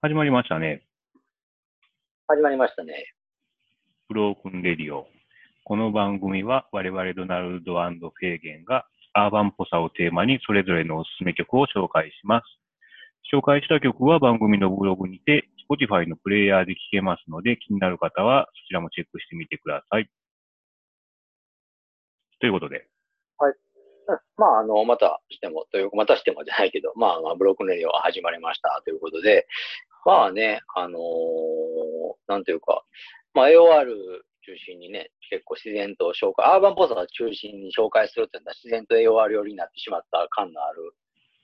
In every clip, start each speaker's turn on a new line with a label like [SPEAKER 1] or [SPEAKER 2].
[SPEAKER 1] 始まりましたね。
[SPEAKER 2] 始まりましたね。
[SPEAKER 1] ブロークンレディオ。この番組は我々ドナルドフェーゲンがアーバンっぽさをテーマにそれぞれのおすすめ曲を紹介します。紹介した曲は番組のブログにて Spotify のプレイヤーで聴けますので気になる方はそちらもチェックしてみてください。ということで、
[SPEAKER 2] うんまあ、あの、またしても、というまたしてもじゃないけど、まあ、まあブロックのレディオは始まりましたということで、まあね、あのーなんというか、まあ、AOR 中心にね、結構自然と紹介、アーバンポーサー中心に紹介するっていうのは自然と AOR 寄りになってしまった感のある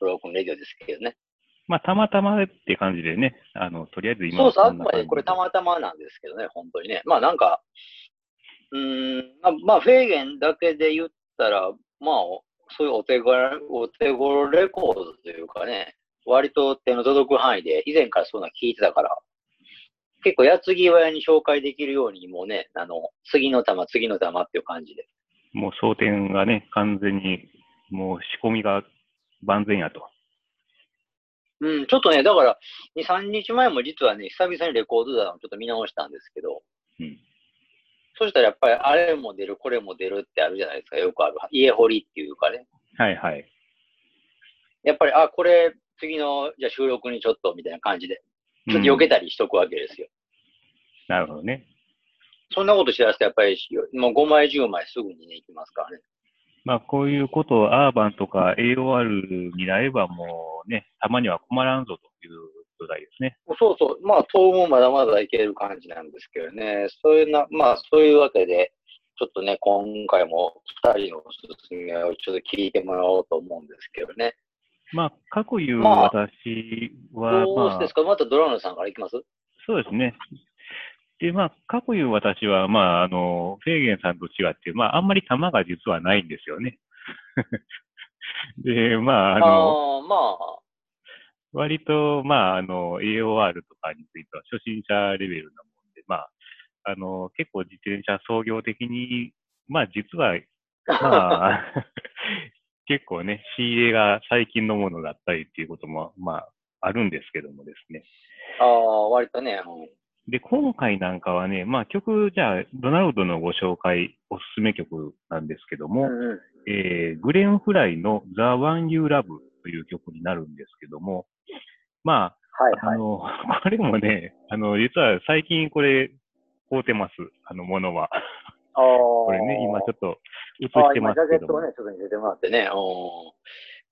[SPEAKER 2] ブロックのレディオですけどね。
[SPEAKER 1] まあたまたまって感じでね、あの、とりあえず今
[SPEAKER 2] そう
[SPEAKER 1] は
[SPEAKER 2] そ
[SPEAKER 1] こ
[SPEAKER 2] う、あく
[SPEAKER 1] んな
[SPEAKER 2] ま
[SPEAKER 1] 感じ
[SPEAKER 2] でこれたまたまなんですけどね、本当にね。まあなんか、うーん、まあ、まあ、フェーゲンだけで言ったら、まあ、そういうお手頃、お手頃レコードというかね、割と手の届く範囲で、以前からそうなの聞いてたから、結構矢継ぎ早に紹介できるように、もうね、あの、次の玉、次の玉っていう感じで。
[SPEAKER 1] もう争点がね、完全に、もう仕込みが万全やと。
[SPEAKER 2] うん、ちょっとね、だから、2、3日前も実はね、久々にレコードだをちょっと見直したんですけど、
[SPEAKER 1] うん
[SPEAKER 2] そしたらやっぱり、あれも出る、これも出るってあるじゃないですか、よくある。家掘りっていうかね。
[SPEAKER 1] はいはい。
[SPEAKER 2] やっぱり、あ、これ、次の、じゃあ収録にちょっと、みたいな感じで、ちょっと避け
[SPEAKER 1] た。
[SPEAKER 2] たりしとくわけですよ。
[SPEAKER 1] なるほどね。
[SPEAKER 2] そんなことしだすと、やっぱり、もう5枚、10枚すぐにね、いきますからね。
[SPEAKER 1] まあこういうことをアーバンとか AOR になればもうね、たまには困らんぞという土台ですね。
[SPEAKER 2] そうそう、まあ、当分まだまだいける感じなんですけどね、そういうな、まあ、そういうわけで、ちょっとね、今回も2人のおすすめをちょっと聞いてもらおうと思うんですけどね。
[SPEAKER 1] まあ過去言う
[SPEAKER 2] まあ
[SPEAKER 1] 私は、
[SPEAKER 2] どう
[SPEAKER 1] ま
[SPEAKER 2] し
[SPEAKER 1] あ
[SPEAKER 2] てですか、またドラムさんからいきます
[SPEAKER 1] そうですね。で、まあ、過去言う私は、まあ、あの、フェーゲンさんと違って、まあ、あんまり玉が実はないんですよね。 で、まあ、
[SPEAKER 2] あ
[SPEAKER 1] あ
[SPEAKER 2] あ
[SPEAKER 1] の、
[SPEAKER 2] ーまあ、
[SPEAKER 1] 割と、まあ、あの、AOR とかについては初心者レベルなもんで、まあ、あの、結構自転車創業的に、まあ、実は、まあ、 結構ね、仕入れが最近のものだったりっていうことも、まあ、あるんですけどもですね。
[SPEAKER 2] ああ、割とね、うん
[SPEAKER 1] で、今回なんかはね、まあ曲、じゃあ、ドナルドのご紹介、おすすめ曲なんですけども、
[SPEAKER 2] うんうん
[SPEAKER 1] えーグレン・フライの The One You Love という曲になるんですけども、まあ、
[SPEAKER 2] はいは
[SPEAKER 1] あ
[SPEAKER 2] い。
[SPEAKER 1] の、これもね、あの、実は最近これ、買うてます。あの、ものは。
[SPEAKER 2] あこ
[SPEAKER 1] これね、今ちょっと映
[SPEAKER 2] あ
[SPEAKER 1] し
[SPEAKER 2] ー
[SPEAKER 1] て
[SPEAKER 2] 今、
[SPEAKER 1] ま
[SPEAKER 2] ジャ
[SPEAKER 1] す
[SPEAKER 2] ケ
[SPEAKER 1] け
[SPEAKER 2] ッ
[SPEAKER 1] ど
[SPEAKER 2] ト
[SPEAKER 1] も。
[SPEAKER 2] をね、ちょっと見せてもらってね。うん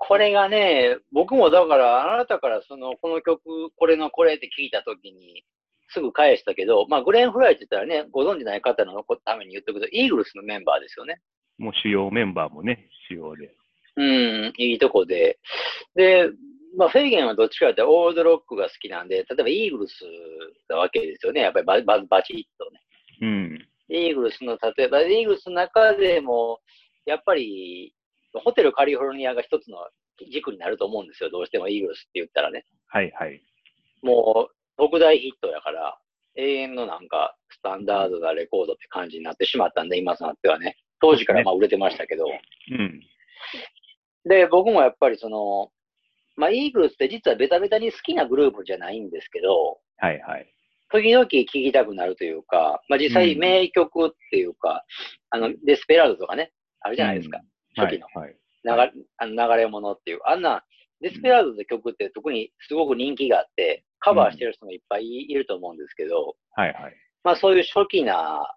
[SPEAKER 2] これがね、僕もだから、あなたからその、この曲、これのこれって聞いたときに、すぐ返したけど、まあ、グレン・フライって言ったらね、ご存知ない方のために言っとくと、イーグルスのメンバーですよね。
[SPEAKER 1] もう主要メンバーもね、主要で。
[SPEAKER 2] うん、いいとこで。で、まあ、フェーゲンはどっちかっていうとオールドロックが好きなんで、例えばイーグルスなわけですよね。やっぱりバババチッとね。
[SPEAKER 1] うん。
[SPEAKER 2] イーグルスの、例えば、イーグルスの中でも、やっぱり、ホテルカリフォルニアが一つの軸になると思うんですよ。どうしてもイーグルスって言ったらね。
[SPEAKER 1] はいはい。
[SPEAKER 2] もう、特大ヒットやから、永遠のなんか、スタンダードなレコードって感じになってしまったんで、今となってはね。当時からまあ売れてましたけど。
[SPEAKER 1] うん。
[SPEAKER 2] で、僕もやっぱりその、まあ、イーグルスって実はベタベタに好きなグループじゃないんですけど、
[SPEAKER 1] はいはい。
[SPEAKER 2] 時々聴きたくなるというか、まあ、実際
[SPEAKER 1] うん
[SPEAKER 2] 名曲っていうか、あの、デスペラードとかね、あるじゃないですか。
[SPEAKER 1] は
[SPEAKER 2] 初期
[SPEAKER 1] い
[SPEAKER 2] の
[SPEAKER 1] はい。
[SPEAKER 2] 流れ、あの流れ物っていう。あんな、デスペラードの曲って特にすごく人気があって、カバーしてる人もいっぱいいると思うんですけど、
[SPEAKER 1] はいはい。
[SPEAKER 2] まあそういう初期な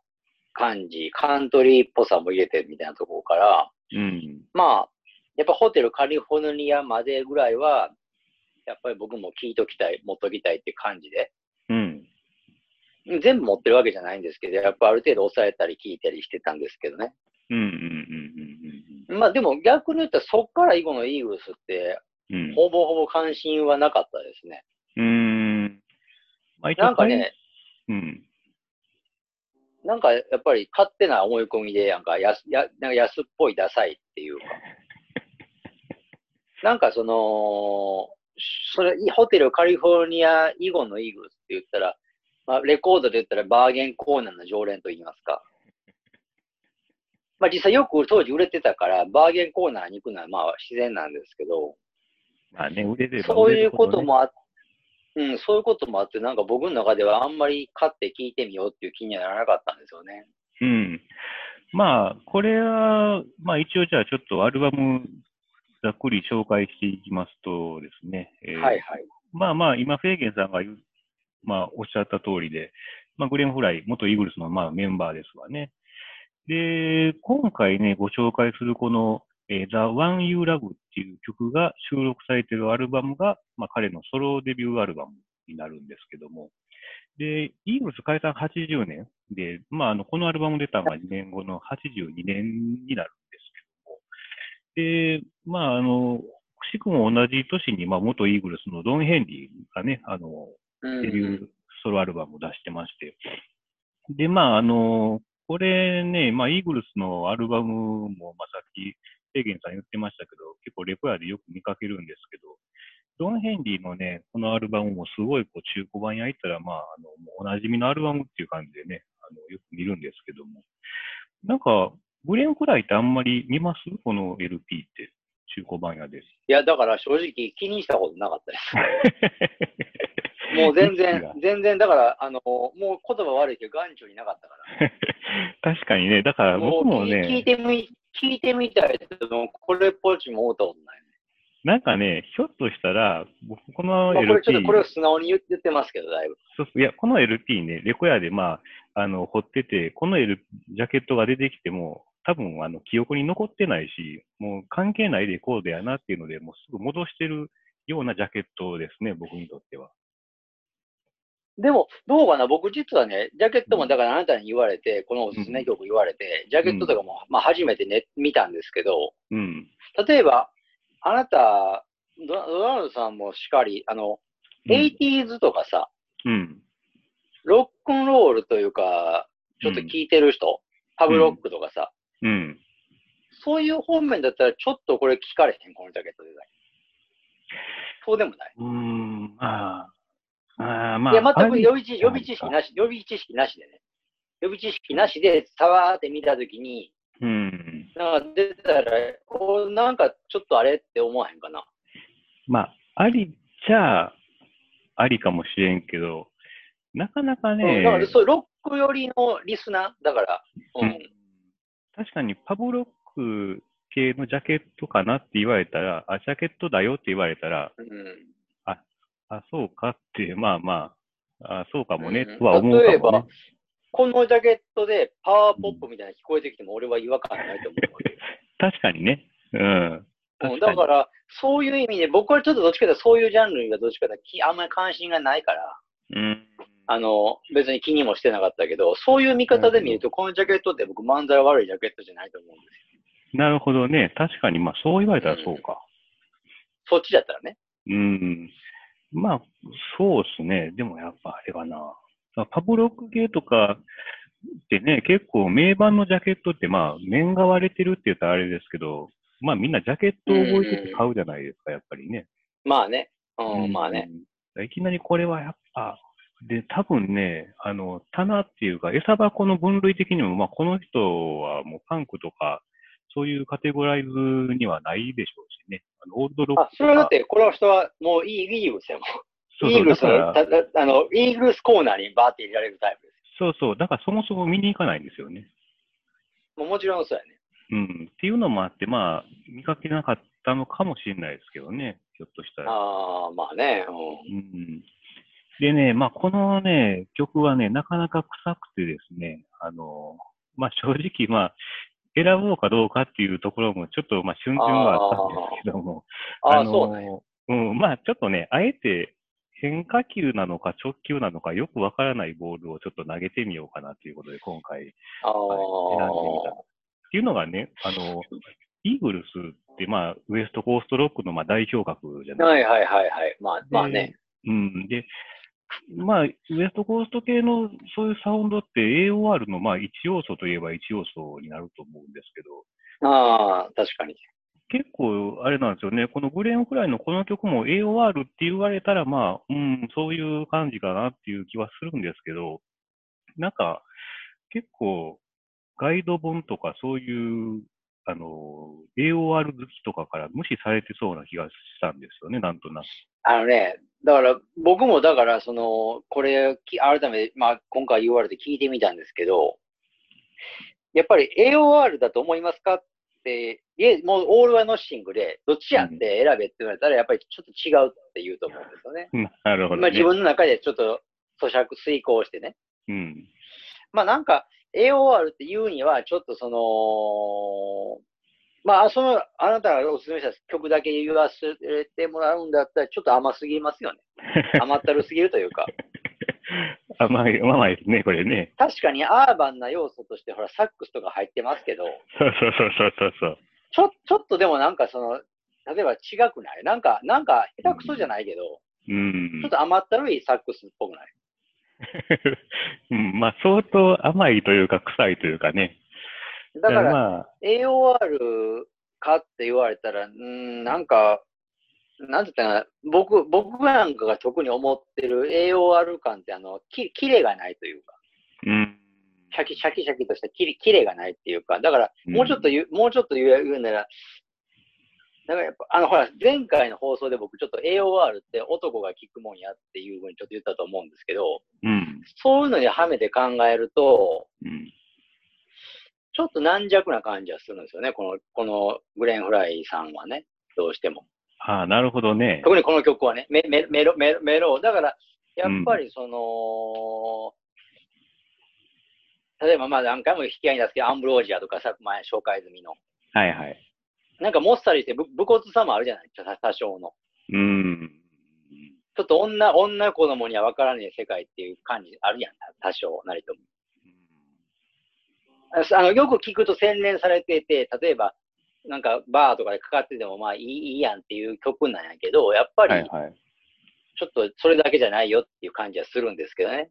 [SPEAKER 2] 感じ、カントリーっぽさも入れてみたいなところから、
[SPEAKER 1] うん。
[SPEAKER 2] まあ、やっぱホテルカリフォルニアまでぐらいは、やっぱり僕も聴いときたい、持っときたいっていう感じで、
[SPEAKER 1] うん。
[SPEAKER 2] 全部持ってるわけじゃないんですけど、やっぱある程度抑えたり聴いたりしてたんですけどね。
[SPEAKER 1] うんうんうん
[SPEAKER 2] まあでも逆に言ったらそっから以後のイーグルスって、
[SPEAKER 1] うんうんうん。
[SPEAKER 2] ほぼほぼ関心はなかったですね。
[SPEAKER 1] うん。うん。まあ一応
[SPEAKER 2] なんかね、
[SPEAKER 1] うん。
[SPEAKER 2] なんかやっぱり勝手な思い込みで、なんか安やなんか安っぽいダサいっていう か。なんかその、それ、ホテルカリフォルニア以後のイーグルスって言ったら、まあ、レコードで言ったらバーゲンコーナーの常連と言いますか。まあ実際よく当時売れてたから、バーゲンコーナーに行くのはまあ自然なんですけど、
[SPEAKER 1] まあね、売れれば
[SPEAKER 2] そういうこ
[SPEAKER 1] 売れるほ
[SPEAKER 2] と
[SPEAKER 1] どね。
[SPEAKER 2] もあっうん、そういうこともあって、なんか僕の中ではあんまり買って聞いてみようっていう気にはならなかったんですよね。
[SPEAKER 1] うん。まあ、これは、まあ一応じゃあちょっとアルバムざっくり紹介していきますとですね、えー
[SPEAKER 2] はいはい。
[SPEAKER 1] まあまあ今、フェーゲンさんが言う、まあ、おっしゃった通りで、まあ、グレン・フライ、元イーグルスのまあメンバーですわね。で、今回ね、ご紹介するこの、えー The One You Love っていう曲が収録されているアルバムが、まあ、彼のソロデビューアルバムになるんですけども、で、イーグルス解散80年で、まあ、あの、このアルバム出たのが2年後の82年になるんですけども、で、まあ、あの、くしくも同じ年に、まあ、元イーグルスのドン・ヘンリーがね、あの、
[SPEAKER 2] うん
[SPEAKER 1] デビューソロアルバムを出してまして。で、まあ、あの、これね、まあ、イーグルスのアルバムも、まあ、さっき、ヘーゲンさん言ってましたけど、結構レコヤでよく見かけるんですけど、ドン・ヘンリーのね、このアルバムもすごいこう中古版やいたら、まあ、あの、もうおなじみのアルバムっていう感じでね、あの、よく見るんですけども。なんか、ブレンくらいってあんまり見ますこの LP って、中古版やで。
[SPEAKER 2] いや、だから正直気にしたことなかったです。も う全
[SPEAKER 1] 意識が
[SPEAKER 2] 然、全然、だから、あの、もう言葉悪いけど、眼中になかったか
[SPEAKER 1] 確かにね、だから
[SPEAKER 2] ら。も
[SPEAKER 1] 僕
[SPEAKER 2] う
[SPEAKER 1] も
[SPEAKER 2] 聞い聞い
[SPEAKER 1] ね、
[SPEAKER 2] てみ、聞いてみたいけど、これっぽっちも思ったことない。
[SPEAKER 1] なんかね、ひょっとしたら、僕この
[SPEAKER 2] まあ、これち
[SPEAKER 1] LP、
[SPEAKER 2] ょっとこれを素直に言言ってますけど、だいぶ。
[SPEAKER 1] そうそういや、この LP ね、レコヤでまあ、あの、掘ってて、この L、ジャケットが出てきても、多分あの、記憶に残ってないし、もう関係ないレコードやなっていうので、もうすぐ戻してるようなジャケットですね、僕にとっては。
[SPEAKER 2] でも、どうかな、僕実はね、ジャケットもだからあなたに言われて、このおすすめ曲言われて、ジャケットとかも、まあ初めてね、見たんですけど、
[SPEAKER 1] うん。
[SPEAKER 2] 例えば、あなた、ドドナルドさんもしかり、あの、
[SPEAKER 1] うん
[SPEAKER 2] 80s とかさ、
[SPEAKER 1] うん。
[SPEAKER 2] ロックンロールというか、ちょっと聴いてる人、パブロックとかさ、
[SPEAKER 1] うん。
[SPEAKER 2] そういう方面だったら、ちょっとこれ聞かれへん、このジャケットデザイン。そうでもない。
[SPEAKER 1] うーん、まあ、あーまあ、
[SPEAKER 2] いや、全く予備知
[SPEAKER 1] あり
[SPEAKER 2] 予備知識なし、予備知識なしでね。予備知識なしで、さわーって見たときに、
[SPEAKER 1] うん。
[SPEAKER 2] なんか出たら、こうなんかちょっとあれって思わへんかな。
[SPEAKER 1] まあ、ありっちゃありかもしれんけど、なかなか
[SPEAKER 2] う
[SPEAKER 1] ね
[SPEAKER 2] ん、だ、からそうロック寄りのリスナーだから、うん
[SPEAKER 1] うん確かにパブロック系のジャケットかなって言われたら、あ、ジャケットだよって言われたら、
[SPEAKER 2] うん
[SPEAKER 1] あ、そうかって、 まあまあ、あそうかもね
[SPEAKER 2] うん、
[SPEAKER 1] とは思う
[SPEAKER 2] 例え
[SPEAKER 1] か
[SPEAKER 2] ば
[SPEAKER 1] もね。
[SPEAKER 2] このジャケットでパワーポップみたいなの聞こえてきても俺は違和感ないと思
[SPEAKER 1] 確かにね。うん。
[SPEAKER 2] う。うん、
[SPEAKER 1] 確か
[SPEAKER 2] だ
[SPEAKER 1] に。
[SPEAKER 2] から、そういう意味で、僕はちょっとどっちかというとそういうジャンルがどっちかというときあんまり関心がないから、
[SPEAKER 1] うん。
[SPEAKER 2] あの、別に気にもしてなかったけど、そういう見方で見ると、このジャケットって僕、漫才悪いジャケットじゃないと思うんですよ。
[SPEAKER 1] なるほどね。確かに、まあそう言われたらそうか。
[SPEAKER 2] そっちだったらね。
[SPEAKER 1] うん。まあ、そうですね。でもやっぱあれかな。パブロック系とかってね、結構名盤のジャケットって、まあ、面が割れてるって言ったらあれですけど、まあみんなジャケットを覚えてて買うじゃないですか、やっぱりね。
[SPEAKER 2] まあね。うん、まあね。
[SPEAKER 1] うん。いきなりこれはやっぱ、で、多分ね、あの、棚っていうか、餌箱の分類的にも、まあ、この人はもうパンクとか、そういうカテゴライズにはないでしょうしね。あのオールドロッ
[SPEAKER 2] あ
[SPEAKER 1] ク、と
[SPEAKER 2] それはだっ
[SPEAKER 1] か。
[SPEAKER 2] て、この人はもういいイーグルスやもん。
[SPEAKER 1] そう
[SPEAKER 2] イ
[SPEAKER 1] そ
[SPEAKER 2] ー
[SPEAKER 1] う
[SPEAKER 2] グル
[SPEAKER 1] だ
[SPEAKER 2] ス
[SPEAKER 1] から
[SPEAKER 2] の、たたあの、イーグルスコーナーにバーって入れられるタイプです。
[SPEAKER 1] そうそう。だからそもそも見に行かないんですよね。
[SPEAKER 2] もうもちろんそうやね。
[SPEAKER 1] うん。っていうのもあって、まあ、見かけなかったのかもしれないですけどね。ひょっとしたら。
[SPEAKER 2] ああ、まあね。う
[SPEAKER 1] うん。でね、まあ、このね、曲はね、なかなか臭くてですね、あの、まあ、正直、まあ、選ぼうかどうかっていうところも、ちょっと、まあ、瞬間はあったんですけども、
[SPEAKER 2] ん。ああ、
[SPEAKER 1] の
[SPEAKER 2] そうね。
[SPEAKER 1] うん、まあ、ちょっとね、あえて変化球なのか直球なのかよくわからないボールをちょっと投げてみようかなということで、今回、
[SPEAKER 2] ああ
[SPEAKER 1] はい選んでみた。っていうのがね、あの、イーグルスって、まあ、ウエストコーストロックの、まあ、代表格じゃないですか
[SPEAKER 2] はいはいはいはい。まあ、まあね。
[SPEAKER 1] うん。で、まあ、ウエストコースト系のそういうサウンドって AOR のまあ一要素といえば一要素になると思うんですけど、
[SPEAKER 2] ああ、確かに。
[SPEAKER 1] 結構あれなんですよね、このグレーン・フライのこの曲も AOR って言われたら、まあ、うん、そういう感じかなっていう気はするんですけど、なんか、結構、ガイド本とかそういうあの、AOR 好きとかから無視されてそうな気がしたんですよね、なんとなく。
[SPEAKER 2] あのね、だから僕もだから、その、これ、き改めて、まあ、今回言われて聞いてみたんですけど、やっぱり AOR だと思いますかって、いえ、もうオールはノッシングで、どっちやって選べって言われたら、やっぱりちょっと違うって言うと思うんですよね。
[SPEAKER 1] なるほど、ね。
[SPEAKER 2] まあ自分の中でちょっと咀嚼、遂行してね。
[SPEAKER 1] うん。
[SPEAKER 2] まあなんか、AOR って言うには、ちょっとその、まあ、その、あなたがお勧めした曲だけ言わせてもらうんだったら、ちょっと甘すぎます よね。甘ったるすぎるというか。
[SPEAKER 1] 甘い、甘いですね、これね。
[SPEAKER 2] 確かにアーバンな要素として、ほら、サックスとか入ってますけど、
[SPEAKER 1] そうそうそうそうそう
[SPEAKER 2] ちょ、ちょっとでもなんかその、例えば違くないなんか、なんか、下手くそじゃないけど、
[SPEAKER 1] そう。うん
[SPEAKER 2] ちょっ。と甘ったるいサックスっぽくない
[SPEAKER 1] うんまあ、相当甘いというか、臭いというかね。
[SPEAKER 2] だから、
[SPEAKER 1] まあ、
[SPEAKER 2] AOR かって言われたら、うーん、なんか、なんて言ったら、僕、僕なんかが特に思ってる AOR 感って、あの、き、キレがないというか、
[SPEAKER 1] うん。
[SPEAKER 2] シャキシャキシャキとしたキレ、キレがないっていうか、だから、
[SPEAKER 1] うん
[SPEAKER 2] もうちょっと言う、もうちょっと言う言うなら、だからやっぱ、あの、ほら、前回の放送で僕ちょっと AOR って男が聞くもんやっていうふうにちょっと言ったと思うんですけど、
[SPEAKER 1] うん。
[SPEAKER 2] そういうのにはめて考えると、
[SPEAKER 1] うん。
[SPEAKER 2] ちょっと軟弱な感じはするんですよね、この、このグレン・フライさんはね、どうしても。
[SPEAKER 1] ああ、なるほどね。
[SPEAKER 2] 特にこの曲はね、メメメロ、メロ、メロ、だから、やっぱりその、例えばまあ何回も引き合いに出すけど、アンブロージアとかさ、前紹介済みの。
[SPEAKER 1] はいはい。
[SPEAKER 2] なんかもっさりして、ぶ武骨さもあるじゃないですか、多少の。
[SPEAKER 1] うん。
[SPEAKER 2] ちょっと女、女子供には分からない世界っていう感じあるやん、多少なりとも。あのよく聞くと洗練されてて、例えば、なんかバーとかでかかっててもまあいいいいやんっていう曲なんやけど、やっぱ
[SPEAKER 1] は
[SPEAKER 2] り
[SPEAKER 1] いはい。
[SPEAKER 2] ちょっとそれだけじゃないよっていう感じはするんですけどね。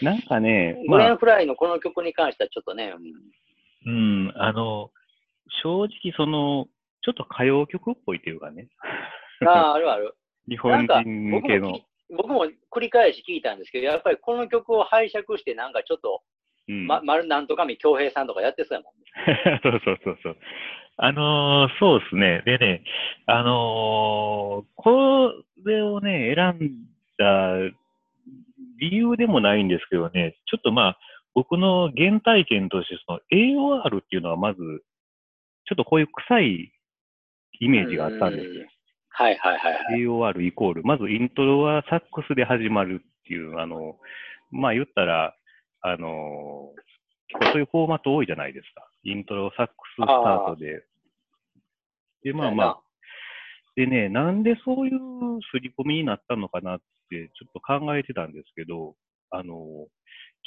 [SPEAKER 1] なんかね、
[SPEAKER 2] グレ
[SPEAKER 1] ま
[SPEAKER 2] ン・
[SPEAKER 1] あ、
[SPEAKER 2] フライのこの曲に関してはちょっとね、うん
[SPEAKER 1] うん、あの、正直その、ちょっと歌謡曲っぽいというかね、
[SPEAKER 2] あーあるある。
[SPEAKER 1] 日
[SPEAKER 2] な
[SPEAKER 1] 本
[SPEAKER 2] んか
[SPEAKER 1] 人向けの、
[SPEAKER 2] 僕も聞き僕も繰り返し聞いたんですけど、やっぱりこの曲を拝借して、なんかちょっと、
[SPEAKER 1] うん
[SPEAKER 2] ま、丸なんとかみ京平さんとかやってそうやもん ね。
[SPEAKER 1] そうそうそうそう。あのーそうですね。でね、あのーこれをね、選んだ理由でもないんですけどね、ちょっとまあ、僕の原体験として、その AOR っていうのはまず、ちょっとこういう臭いイメージがあったんですよ。
[SPEAKER 2] はいはいはいはい。
[SPEAKER 1] AOR イコール、まずイントロはサックスで始まるっていう、あの、まあ言ったら、あの、結構そういうフォーマット多いじゃないですか。イントロ、サックス、スタートで。で、まあまあ。でね、なんでそういう刷り込みになったのかなって、ちょっと考えてたんですけど、あの、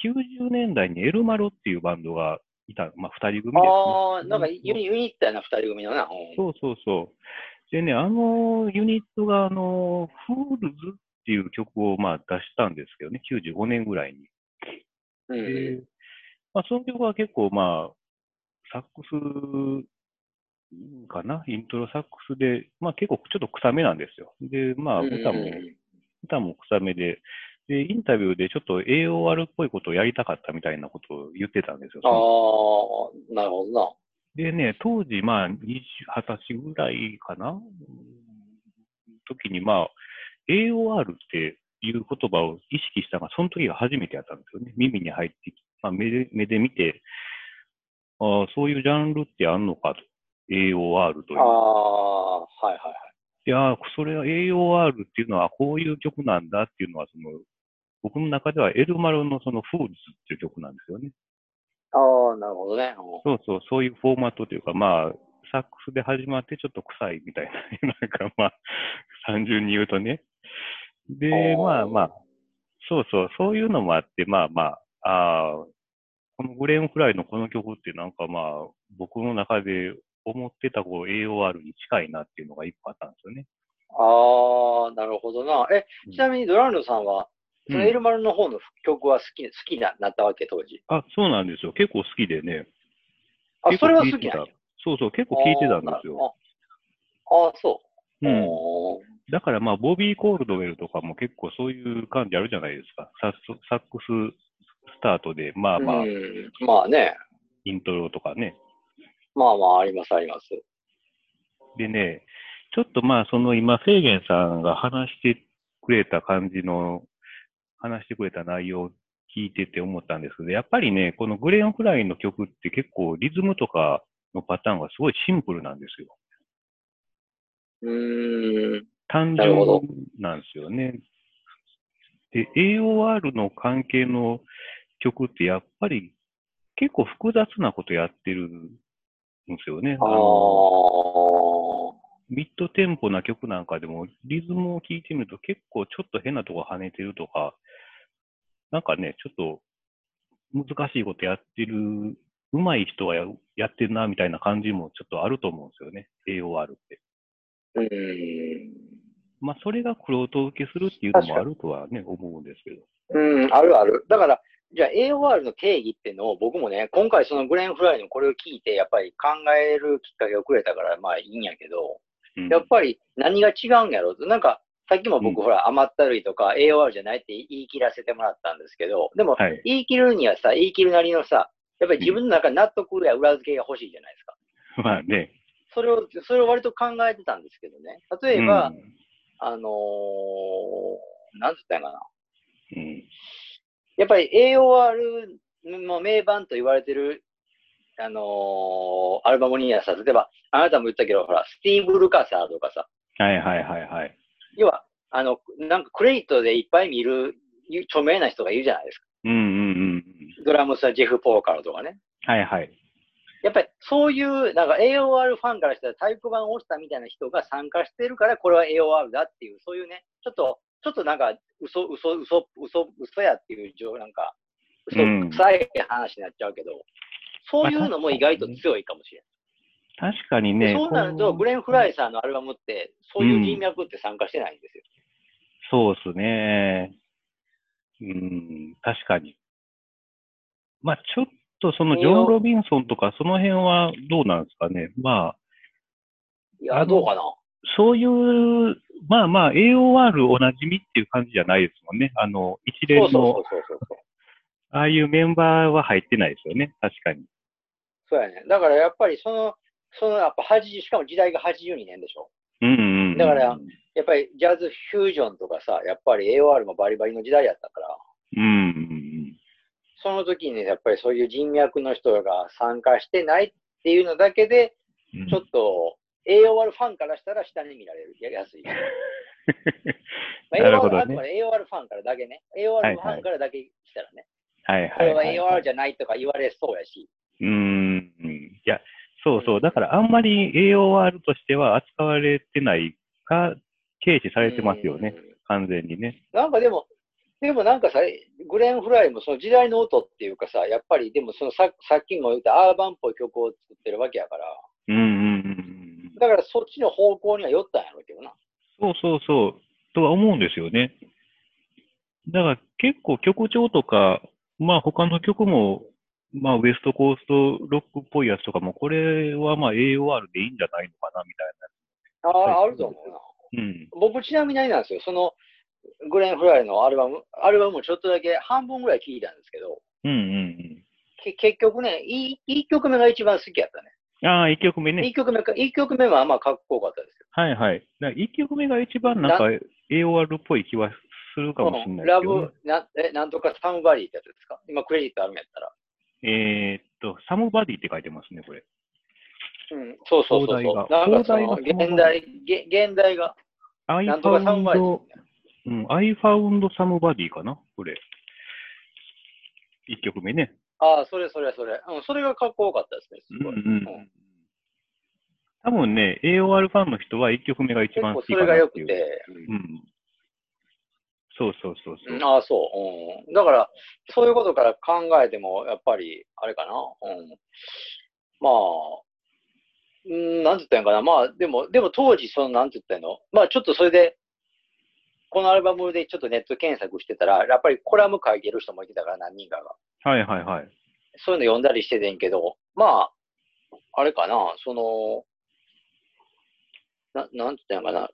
[SPEAKER 1] 90年代にエルマロっていうバンドがいた、まあ二人組ですね。
[SPEAKER 2] ああー、なんかユニユニットやな、二人組のな。うん
[SPEAKER 1] そうそうそう。でね、あのユニットが、あの、フールズっていう曲をまあ出したんですけどね、95年ぐらいに。
[SPEAKER 2] うんうん
[SPEAKER 1] でまあ、その曲は結構まあ、サックスかな、イントロサックスで、まあ結構ちょっと臭めなんですよ。で、まあ
[SPEAKER 2] うんうん
[SPEAKER 1] 歌も、歌も臭めで、で、インタビューでちょっと AOR っぽいことをやりたかったみたいなことを言ってたんですよ。
[SPEAKER 2] ああ、なるほどな。
[SPEAKER 1] でね、当時、まあ、20 20歳ぐらいかなうん時に、まあ、AOR っていう言葉を意識したのが、その時が初めてやったんですよね。耳に入ってきて、まあ、目で目で見て、ああ、そういうジャンルってあんのかと。AOR とい
[SPEAKER 2] あ
[SPEAKER 1] う。
[SPEAKER 2] あ、はいはいはい。
[SPEAKER 1] で、ああ、それは AOR っていうのはこういう曲なんだっていうのは、その、僕の中ではエルマロのそのフールズっていう曲なんですよね。
[SPEAKER 2] ああ、なるほどね。うん
[SPEAKER 1] そうそう、そういうフォーマットというか、まあ、サックスで始まってちょっと臭いみたいな、 なんかまあ、単純に言うとね。で、
[SPEAKER 2] おー
[SPEAKER 1] まあまあ、そうそう、そういうのもあって、まあまあ、あーこのグレーン・フライのこの曲ってなんかまあ、僕の中で思ってたこう AOR に近いなっていうのが一個あったんですよね。
[SPEAKER 2] ああ、なるほどな。え、ちなみにドランドさんは、そのエ
[SPEAKER 1] うん
[SPEAKER 2] ルマルの方の曲は好き、好きな、なったわけ、当時。
[SPEAKER 1] あ、そうなんですよ。結構好きでね。
[SPEAKER 2] あ、
[SPEAKER 1] 結
[SPEAKER 2] そ
[SPEAKER 1] 構
[SPEAKER 2] れは
[SPEAKER 1] 聞
[SPEAKER 2] 好
[SPEAKER 1] い
[SPEAKER 2] き
[SPEAKER 1] て
[SPEAKER 2] な
[SPEAKER 1] た
[SPEAKER 2] んや。
[SPEAKER 1] そうそう、結構聞いてたんですよ。
[SPEAKER 2] あーあー、そうう。
[SPEAKER 1] ん。
[SPEAKER 2] おー
[SPEAKER 1] だからまあ、ボビー・コールドウェルとかも結構そういう感じあるじゃないですか。サッソサックススタートで、まあまあ
[SPEAKER 2] う、んまあね。
[SPEAKER 1] イントロとかね。
[SPEAKER 2] まあまあ、あります、あります。
[SPEAKER 1] でね、ちょっとまあ、その今、フェーゲンさんが話してくれた感じの、話してくれた内容を聞いてて思ったんですけど、やっぱりね、このグレン・フライの曲って結構リズムとかのパターンがすごいシンプルなんですよ。
[SPEAKER 2] うーん。
[SPEAKER 1] 単
[SPEAKER 2] なるほど
[SPEAKER 1] 純なんですよね。で、AOR の関係の曲ってやっぱり結構複雑なことやってるんですよね。
[SPEAKER 2] あ
[SPEAKER 1] の
[SPEAKER 2] あ。
[SPEAKER 1] ミッドテンポな曲なんかでもリズムを聴いてみると結構ちょっと変なとこ跳ねてるとか、なんかね、ちょっと難しいことやってる、上手い人はややってるなみたいな感じもちょっとあると思うんですよね。AOR って。
[SPEAKER 2] うーん。
[SPEAKER 1] まあ、それがクロート受けするっていうのもあるとはね、思うんですけど。
[SPEAKER 2] うん、あるある。だから、じゃあ AOR の定義っていうのを僕もね、今回そのグレン・フライのこれを聞いて、やっぱり考えるきっかけをくれたから、まあいいんやけど、
[SPEAKER 1] うん
[SPEAKER 2] やっぱり何が違うんやろうと、なんか、さっきも僕
[SPEAKER 1] うん
[SPEAKER 2] ほら、甘ったるいとか AOR じゃないって言い切らせてもらったんですけど、でも、
[SPEAKER 1] はい。
[SPEAKER 2] 言い切るにはさ、言い切るなりのさ、やっぱり自分の中に納得や裏付けが欲しいじゃないですか。
[SPEAKER 1] まあね。
[SPEAKER 2] それを、それを割と考えてたんですけどね。例えば、あのー、なんつったんやかな。
[SPEAKER 1] うん。
[SPEAKER 2] やっぱり AOR の名盤と言われてる、あのーアルバムにはさ、例えば、あなたも言ったけど、ほら、スティーブ・ルカサーとかさ、
[SPEAKER 1] はいはいはいはい。
[SPEAKER 2] 要は、あの、なんかクレジットでいっぱい見る有著名な人がいるじゃないですか。
[SPEAKER 1] うんうんうん。
[SPEAKER 2] ドラムスはジェフ・ポーカーとかね。
[SPEAKER 1] はいはい。
[SPEAKER 2] やっぱりそういう、なんか AOR ファンからしたら太鼓判を押したみたいな人が参加してるから、これは AOR だっていう、そういうね、ちょっと、ちょっとなんか、嘘、嘘、嘘、嘘、嘘やっていう情、なんか、嘘
[SPEAKER 1] うん
[SPEAKER 2] 臭い話になっちゃうけど、そういうのも意外と強いかもしれ
[SPEAKER 1] 確かに
[SPEAKER 2] な
[SPEAKER 1] ね。
[SPEAKER 2] い。でそうなる、
[SPEAKER 1] ことう
[SPEAKER 2] グレン・フライさんのアルバムって、そういう人脈って参加してないんですよ。
[SPEAKER 1] そうですね。うん、確かに。まあ、ちょっとそのジョン・ロビンソンとかその辺はどうなんですかね。まあ、
[SPEAKER 2] い
[SPEAKER 1] あ
[SPEAKER 2] や、
[SPEAKER 1] の
[SPEAKER 2] どうかな。
[SPEAKER 1] そういう、まあまあ、AOR おなじみっていう感じじゃないですもんね。あの、一連
[SPEAKER 2] そ
[SPEAKER 1] の
[SPEAKER 2] う、そうそうそうそう。
[SPEAKER 1] ああいうメンバーは入ってないですよね。確かに。
[SPEAKER 2] そうやね。だからやっぱりその、そのやっぱ80、しかも時代が82年でしょ。
[SPEAKER 1] うんうんうん。
[SPEAKER 2] だからやっぱりジャズフュージョンとかさ、やっぱり AOR もバリバリの時代やったから、
[SPEAKER 1] うんうんうん。
[SPEAKER 2] その時にね、やっぱりそういう人脈の人が参加してないっていうのだけで、
[SPEAKER 1] うん
[SPEAKER 2] ちょっと AOR ファンからしたら下に見られる。やりや すい。まあ
[SPEAKER 1] なるほど
[SPEAKER 2] AOR
[SPEAKER 1] ね
[SPEAKER 2] あくまで AOR ファンからだけね。AOR のファンからだけしたらね。
[SPEAKER 1] はい
[SPEAKER 2] こ
[SPEAKER 1] はい
[SPEAKER 2] れ
[SPEAKER 1] は、
[SPEAKER 2] はい AOR じゃないとか言われそうやし。
[SPEAKER 1] うーん。いや、そうそう。だからあんまり AOR としては扱われてないか、軽視されてますよね。
[SPEAKER 2] うん
[SPEAKER 1] 完全にね。
[SPEAKER 2] なんかでも、でもなんかさ、グレン・フライもその時代の音っていうかさ、やっぱりでもそのささっきも言ったアーバンっぽい曲を作ってるわけやから、
[SPEAKER 1] うんうんうんうん。
[SPEAKER 2] だからそっちの方向には寄ったんやろうけどな。
[SPEAKER 1] そうそうそう。とは思うんですよね。だから結構曲調とか、まあ他の曲も、まあウエストコーストロックっぽいやつとかも、これはまあ AOR でいいんじゃないのかな、みたいな。
[SPEAKER 2] ああ、
[SPEAKER 1] はい
[SPEAKER 2] あると思うな。
[SPEAKER 1] うん。
[SPEAKER 2] 僕ちなみにあれなんですよ、そのグレン・フライのアルバム、アルバムもちょっとだけ半分ぐらい聴いたんですけど、
[SPEAKER 1] うんうん
[SPEAKER 2] け結局ね、いい、いい曲目が一番好きやったね。
[SPEAKER 1] うん。ああ、1曲目
[SPEAKER 2] い
[SPEAKER 1] ね。
[SPEAKER 2] い曲目か、いい曲目はまあかっこよかったですよ。
[SPEAKER 1] はいはい。だ1曲目が一番なんか AOR っぽい気はするかもしれないです
[SPEAKER 2] ラ
[SPEAKER 1] けどね、
[SPEAKER 2] ブな、え、なんとかサムバリーってやつですか今クレジットあるんやったら。
[SPEAKER 1] えーっと、サムバディって書いてますね、これ。
[SPEAKER 2] うんそうそうそうそう。
[SPEAKER 1] 放
[SPEAKER 2] な
[SPEAKER 1] 題
[SPEAKER 2] ん
[SPEAKER 1] が
[SPEAKER 2] かその
[SPEAKER 1] 放題が
[SPEAKER 2] 現代、げ現代が、
[SPEAKER 1] I
[SPEAKER 2] なんとかサムバリ
[SPEAKER 1] found,
[SPEAKER 2] ーですね。
[SPEAKER 1] うん、I found somebody かな、これ。1曲目ね。
[SPEAKER 2] ああ、それそれそれ。うん、それがかっこよかったですね。
[SPEAKER 1] う
[SPEAKER 2] す
[SPEAKER 1] ん
[SPEAKER 2] ご
[SPEAKER 1] う
[SPEAKER 2] い。うん
[SPEAKER 1] ん。多分ね、AOR ファンの人は1曲目が一
[SPEAKER 2] 結
[SPEAKER 1] 番好
[SPEAKER 2] 構そ
[SPEAKER 1] きか
[SPEAKER 2] れ
[SPEAKER 1] な
[SPEAKER 2] が良
[SPEAKER 1] って
[SPEAKER 2] く
[SPEAKER 1] いう。
[SPEAKER 2] て。
[SPEAKER 1] うん。そうそうそうそう。
[SPEAKER 2] うんああ、そう。うん。だから、そういうことから考えても、やっぱり、あれかな。うん。まあ、うん、なんて言ったんやかな。まあ、でも、でも当時、その、なんて言ったんやの。まあ、ちょっとそれで、このアルバムでちょっとネット検索してたら、やっぱりコラム書いてる人もいてたから、何人かが。
[SPEAKER 1] はいはいはい。
[SPEAKER 2] そういうの読んだりしててんけど、まあ、あれかな、その、ななんて言ったんやかな、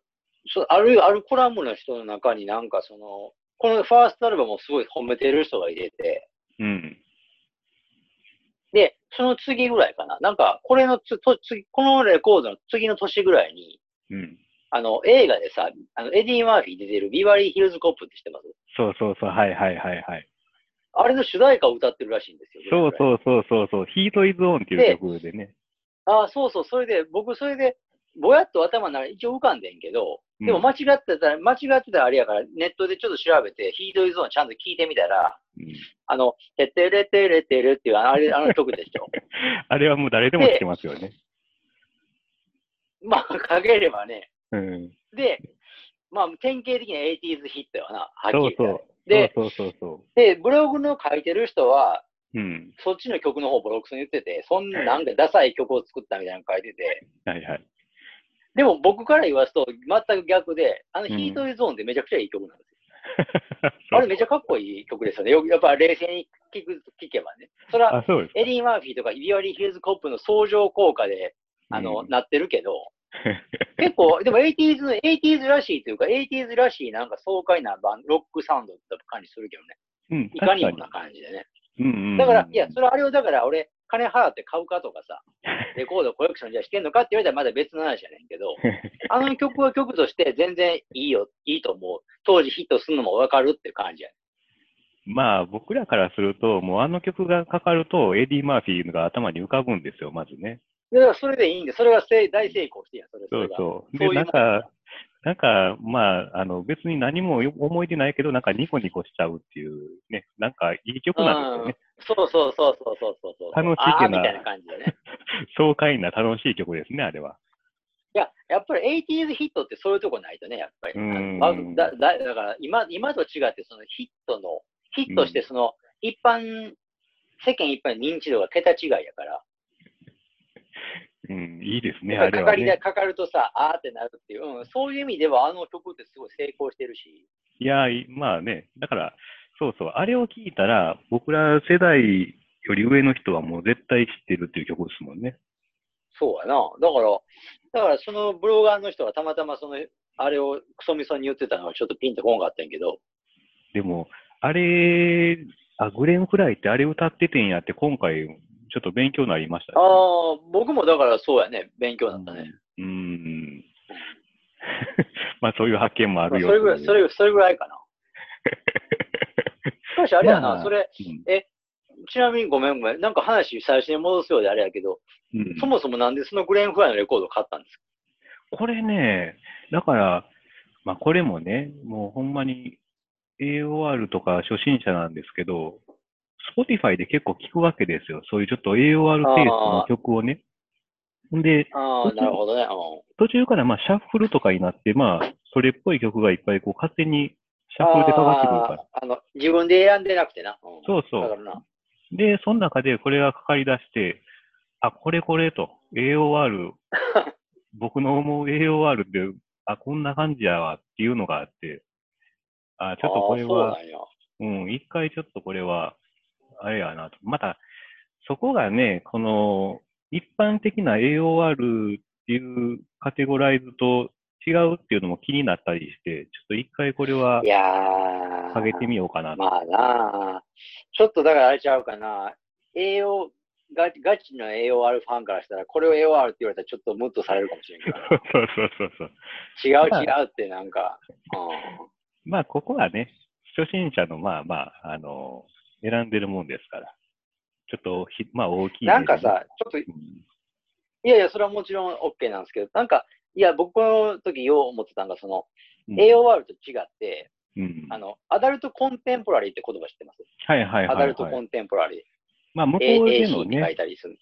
[SPEAKER 2] そある、あるコラムの人の中になんかその、このファーストアルバムをすごい褒めてる人がいてて、
[SPEAKER 1] うん。
[SPEAKER 2] で、その次ぐらいかな。なんか、これのつと次、このレコードの次の年ぐらいに、
[SPEAKER 1] うん。
[SPEAKER 2] あの、映画でさ、あの、エディ・マーフィー出てるビバリー・ヒルズ・コップって知ってます
[SPEAKER 1] そうそうそう、はいはいはいはい。
[SPEAKER 2] あれの主題歌を歌ってるらしいんですよ。
[SPEAKER 1] そう
[SPEAKER 2] う。
[SPEAKER 1] そうそうそうそう、ヒートイズオンっていう曲でね。
[SPEAKER 2] ああ、そうそう。それで、僕、それで、ぼやっと頭なら一応浮かんでんけど、でも間違ってたら、間違ってたらあれやから、ネットでちょっと調べて、ヒートイゾーンちゃんと聞いてみたら、
[SPEAKER 1] うん、
[SPEAKER 2] あの、てってれてれてれっていう、あれ、あの曲でし ょ。
[SPEAKER 1] あれはもう誰でも知ってますよね。
[SPEAKER 2] まあ、かければね。
[SPEAKER 1] うん。
[SPEAKER 2] で、まあ、典型的な 80s ヒットよな、はっき
[SPEAKER 1] そう
[SPEAKER 2] り
[SPEAKER 1] そ
[SPEAKER 2] 言
[SPEAKER 1] う
[SPEAKER 2] っ。で
[SPEAKER 1] そうそうそうそ
[SPEAKER 2] て。で、ブログの書いてる人は、
[SPEAKER 1] う。うん。
[SPEAKER 2] そっちの曲の方ボロクソに言ってて、そんななんかダサい曲を作ったみたいなの書いてて、
[SPEAKER 1] はいはい。
[SPEAKER 2] でも僕から言わすと全く逆で、あの
[SPEAKER 1] う
[SPEAKER 2] ヒ
[SPEAKER 1] ん
[SPEAKER 2] ートイゾーンってめちゃくちゃいい曲なんですよ。
[SPEAKER 1] そう
[SPEAKER 2] あれめちゃかっこいい曲ですよね。よやっぱ冷静に聞く聞けばね。それは
[SPEAKER 1] あ、そうですか。
[SPEAKER 2] エディ・マーフィーとかビオリー・ヒルズ・コップの相乗効果で、あの、
[SPEAKER 1] うん
[SPEAKER 2] なってる けど、結構、でも 80s の、80s らしいというか、80s らしいなんか爽快なバンロックサウンドって感じするけどね。
[SPEAKER 1] うん、
[SPEAKER 2] いかにも
[SPEAKER 1] 確
[SPEAKER 2] な感じでね。
[SPEAKER 1] に。うんうん、
[SPEAKER 2] だから、いや、それあれをだから俺、金払って買うかとか さ、レコードコレクションじゃしてんのかって言われたらまだ別の話じゃない けど、あの曲は曲として全然いいよ、いいと思う。当時ヒットするのもわかるっていう感じやね。
[SPEAKER 1] まあ、僕らからすると、もうあの曲がかかると、エディ・マーフィーが頭に浮かぶんですよ、まずね。
[SPEAKER 2] だからそれでいいんで、それがせ大成功してんやん、それ。
[SPEAKER 1] そう
[SPEAKER 2] れが
[SPEAKER 1] そう。
[SPEAKER 2] そ
[SPEAKER 1] で、
[SPEAKER 2] ういうも
[SPEAKER 1] なんんか、なんか、まあ、あの、別に何もよ思い出ないけど、なんかニコニコしちゃうっていう、ね、なんかいい曲なんですよね。
[SPEAKER 2] そうそうそうそうそうそうそう。
[SPEAKER 1] 楽しいけどな
[SPEAKER 2] あーみたいな感じだね。
[SPEAKER 1] 爽快な楽しい曲ですね、あれは。
[SPEAKER 2] いや、やっぱり 80s ヒットってそういうとこないとね、やっぱり。
[SPEAKER 1] うん
[SPEAKER 2] あのだだだから今、今と違って、そのヒットの、ヒットしてその、一般、世間一般の認知度が桁違いやから、
[SPEAKER 1] うん、いいですね、
[SPEAKER 2] や
[SPEAKER 1] あ
[SPEAKER 2] っぱ
[SPEAKER 1] れ
[SPEAKER 2] りかか
[SPEAKER 1] は
[SPEAKER 2] りで
[SPEAKER 1] ね。
[SPEAKER 2] かかるとさ、あーってなるっていう、うん、そういう意味ではあの曲ってすごい成功してるし、
[SPEAKER 1] いや、いまあね、だから、そうそう、あれを聞いたら、僕ら世代より上の人はもう絶対知ってるっていう曲ですもんね。
[SPEAKER 2] そうやな。だから、だからそのブロガーの人がたまたまその、あれをクソみそに言ってたのはちょっとピンとこんかったんやけど、
[SPEAKER 1] でも、あれ、あ、グレン・フライってあれ歌っててんやって、今回、ちょっと勉強になりましたね、
[SPEAKER 2] ああ、僕もだからそうやね、勉強だったね。
[SPEAKER 1] うん。うん。 まあ、そういう発見もあ
[SPEAKER 2] まあ
[SPEAKER 1] るよ。
[SPEAKER 2] それぐらい、それ、それぐらいかな。 しかし、あれやな、
[SPEAKER 1] まあ
[SPEAKER 2] それ、
[SPEAKER 1] うん
[SPEAKER 2] ちなみにごめんごめん、なんか話最初に戻すようであれやけど、
[SPEAKER 1] うん
[SPEAKER 2] そもそもなんでそのグレーンフライのレコードを買ったんですか
[SPEAKER 1] これね、だから、まあ、これもね、もうほんまに AOR とか初心者なんですけど、Spotify で結構聞くわけですよ。そういうちょっと AOR テイストの曲をね。で、
[SPEAKER 2] ああ、なるほどね。う
[SPEAKER 1] 途中からまあシャッフルとかになって、まあ、それっぽい曲がいっぱいこう勝手にシャッフルでかかってくるから
[SPEAKER 2] あ。ーあの、自分で選んでなくてな。うん
[SPEAKER 1] そうそう
[SPEAKER 2] だからな。
[SPEAKER 1] で、その中でこれがかかり出して、あ、これこれと、AOR、僕の思う AOR って、あ、こんな感じやわっていうのがあって、あ、ちょっとこれ
[SPEAKER 2] あー
[SPEAKER 1] は、
[SPEAKER 2] そうなんや。
[SPEAKER 1] うん、一回ちょっとこれは、あれやなと。また、そこがね、この、一般的な AOR っていうカテゴライズと違うっていうのも気になったりして、ちょっと一回これはい
[SPEAKER 2] やー
[SPEAKER 1] 上げてみようかなと。
[SPEAKER 2] まあなあちょっとだからあれちゃうかな。栄養、ガチガチの AOR ファンからしたら、これを AOR って言われたらちょっとムッとされるかもしれんけど。
[SPEAKER 1] そうそうそうそう。
[SPEAKER 2] 違う
[SPEAKER 1] まあ
[SPEAKER 2] 違うってなんか、うん
[SPEAKER 1] まあ、ここはね、初心者の、まあまあ、あの選んでるもんですから、ちょっとひ、まあ、大きい、
[SPEAKER 2] なんか、さ、ちょっと、い
[SPEAKER 1] うん
[SPEAKER 2] やいや、それはもちろん OK なんですけど、なんか、いや、僕の時よう思ってたのが、その、
[SPEAKER 1] うん、
[SPEAKER 2] AOR と違って、
[SPEAKER 1] うん
[SPEAKER 2] あの、アダルトコンテンポラリーって言葉知ってます、
[SPEAKER 1] はいはい
[SPEAKER 2] アダ
[SPEAKER 1] はい、
[SPEAKER 2] ルトコ
[SPEAKER 1] はい。
[SPEAKER 2] ンテンポラリー。
[SPEAKER 1] まあ、向こう
[SPEAKER 2] A-
[SPEAKER 1] で
[SPEAKER 2] AC
[SPEAKER 1] の
[SPEAKER 2] って書
[SPEAKER 1] ね
[SPEAKER 2] い、たりする。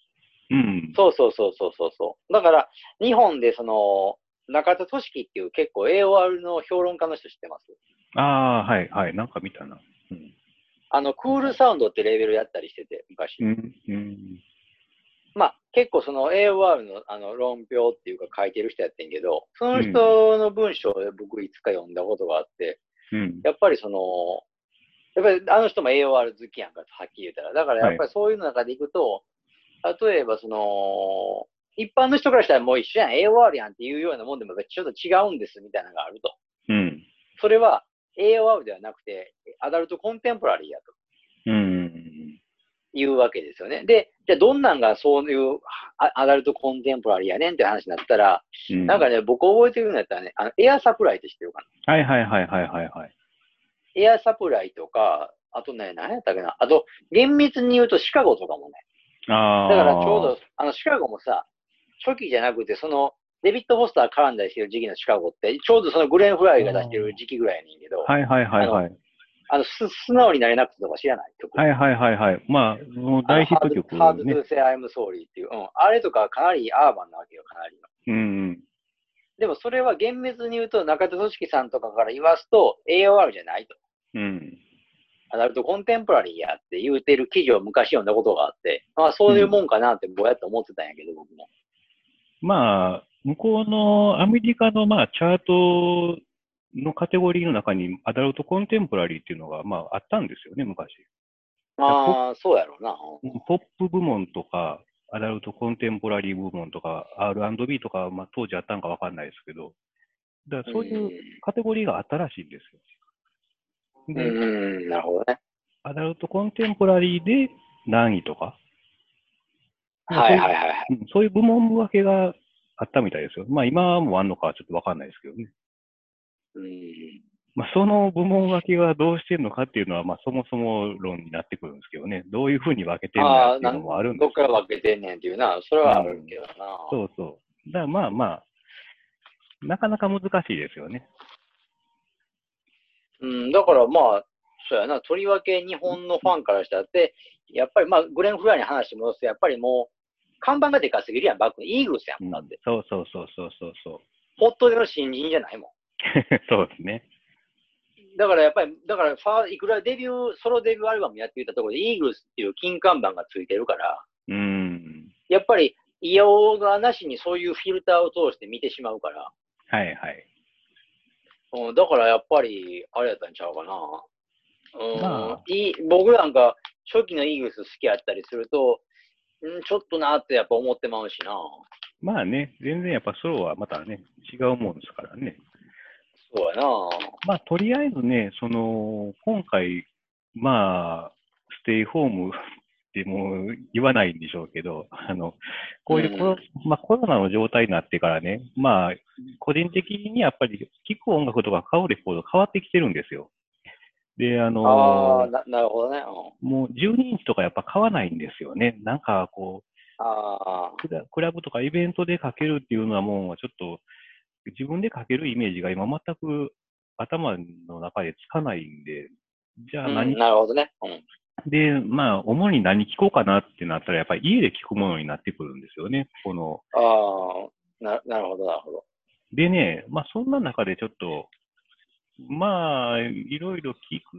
[SPEAKER 1] うん、
[SPEAKER 2] そうそうそうそうそうそう。だから、日本でその、中田俊樹っていう結構 AOR の評論家の人知ってます
[SPEAKER 1] ああー、はいはい、なんか見たな。うん、
[SPEAKER 2] あの、クールサウンドってレーベルやったりしてて、昔。
[SPEAKER 1] うん、うん、
[SPEAKER 2] まあ、結構その AOR のあの論評っていうか書いてる人やってんけど、その人の文章を僕いつか読んだことがあって、
[SPEAKER 1] うん、
[SPEAKER 2] やっぱりその、やっぱりあの人も AOR 好きやんかとはっきり言ったら。だからやっぱりそういうの中でいくと、例えばその、一般の人からしたらもう一緒やん、AOR やんっていうようなもんでもやっぱりちょっと違うんですみたいなのがあると。
[SPEAKER 1] うん、
[SPEAKER 2] それは AOR ではなくて、アダルトコンテンポラリーやと。
[SPEAKER 1] うん、
[SPEAKER 2] いうわけですよね。で、じゃあどんなんがそういうあアダルトコンテンポラリーやねんって話になったら、
[SPEAKER 1] うん
[SPEAKER 2] なんかね、僕覚えてるんだったらね、あのエアサプライって知ってるかな
[SPEAKER 1] はいはいはいはいはいはい。
[SPEAKER 2] エアサプライとか、あとね、何やったっけな、あと、厳密に言うとシカゴとかもね、
[SPEAKER 1] あ
[SPEAKER 2] だ
[SPEAKER 1] あ。
[SPEAKER 2] からちょうど、あの、シカゴもさ、初期じゃなくて、その、デビッド・フォスター絡んだりしてる時期のシカゴって、ちょうどそのグレン・フライが出してる時期ぐらいやねんけど、
[SPEAKER 1] はいはいはいはい。
[SPEAKER 2] あの、す素直になれなくてとか知らない曲。
[SPEAKER 1] はいはいはいはい。まあ、その
[SPEAKER 2] あの
[SPEAKER 1] 大ヒット曲
[SPEAKER 2] ハード・ト
[SPEAKER 1] ね。
[SPEAKER 2] ゥ・セ・アイム・ソーリーっていう、うん、あれとかかなりアーバンなわけよ、かなりの。
[SPEAKER 1] うん
[SPEAKER 2] でもそれは厳密に言うと、中田俊樹さんとかから言わすと、AOR じゃないと。
[SPEAKER 1] うん。うん。
[SPEAKER 2] アダルトコンテンポラリーやって言うてる記事を昔読んだことがあって、まあそういうもんかなってぼやっと思ってたんやけど、僕も。
[SPEAKER 1] まあ、向こうのアメリカのまあチャートのカテゴリーの中にアダルトコンテンポラリーっていうのがまああったんですよね、昔。
[SPEAKER 2] ああ、そうやろうな。
[SPEAKER 1] ポップ部門とか、アダルトコンテンポラリー部門とか、R&B とか、まあ当時あったんかわかんないですけど、だからそういうカテゴリーがあったらしいんですよ。
[SPEAKER 2] うん、
[SPEAKER 1] で、
[SPEAKER 2] うんうん、なるほどね。
[SPEAKER 1] アダルトコンテンポラリーで何位とか、
[SPEAKER 2] はいはいはいはい。
[SPEAKER 1] うんそういう部門分けがあったみたいですよ。まあ今もあんのかはちょっとわかんないですけどね。
[SPEAKER 2] うん
[SPEAKER 1] まあその部門分けはどうしてんのかっていうのは、まあそもそも論になってくるんですけどね。どういうふうに分けてるのかっ
[SPEAKER 2] ああ、
[SPEAKER 1] てい
[SPEAKER 2] な
[SPEAKER 1] うの
[SPEAKER 2] ん
[SPEAKER 1] もあるんで
[SPEAKER 2] ど
[SPEAKER 1] す
[SPEAKER 2] っから分けてんねんっていうな、それはあるけどな。
[SPEAKER 1] そうそう。だからまあまあ、なかなか難しいですよね。
[SPEAKER 2] うん、だからまあ、そうやな、とりわけ日本のファンからしたって、やっぱりまあ、グレン・フライに話戻すと、やっぱりもう、看板がでかすぎるやん、バックに。イーグルスや
[SPEAKER 1] うん
[SPEAKER 2] ん、だって。
[SPEAKER 1] そうそうそうそうそうそう。
[SPEAKER 2] ホットでの新人じゃないもん。
[SPEAKER 1] そうですね。
[SPEAKER 2] だからやっぱり、だからファー、いくらデビュー、ソロデビューアルバムやっていたところで、イーグルスっていう金看板がついてるから、
[SPEAKER 1] うん。
[SPEAKER 2] やっぱり、いやおうがなしにそういうフィルターを通して見てしまうから、
[SPEAKER 1] はいはい。
[SPEAKER 2] うん、だからやっぱり、あれやったんちゃうかな。うん
[SPEAKER 1] まあ
[SPEAKER 2] いい僕なんか、初期のイーグルス好きやったりすると、うん、ちょっとなってやっぱ思ってまうしな。
[SPEAKER 1] まあね、全然やっぱソロはまたね、違うもんですからね。
[SPEAKER 2] そうやな。
[SPEAKER 1] まあとりあえずね、その、今回、まあ、ステイホームってもう言わないんでしょうけど、あの、こういうコロ,、まあ、コロナの状態になってからね、まあ、個人的にやっぱり聴く音楽とか買うレコード変わってきてるんですよ。で、あ
[SPEAKER 2] あ
[SPEAKER 1] の
[SPEAKER 2] あ、ななるほどね。うん、
[SPEAKER 1] もう12インチとかやっぱ買わないんですよね。なんかこ
[SPEAKER 2] ああ、
[SPEAKER 1] う、クラクラブとかイベントでかけるっていうのはもうちょっと自分でかけるイメージが今全く頭の中でつかないんで、じゃあ
[SPEAKER 2] うん
[SPEAKER 1] 何、
[SPEAKER 2] なるほどね。うん
[SPEAKER 1] で、まあ主に何聞こうかなってなったらやっぱり家で聞くものになってくるんですよね。この、
[SPEAKER 2] ああ、ななるほど、なるほど。
[SPEAKER 1] でね、まあそんな中でちょっと、まあいろいろ聞く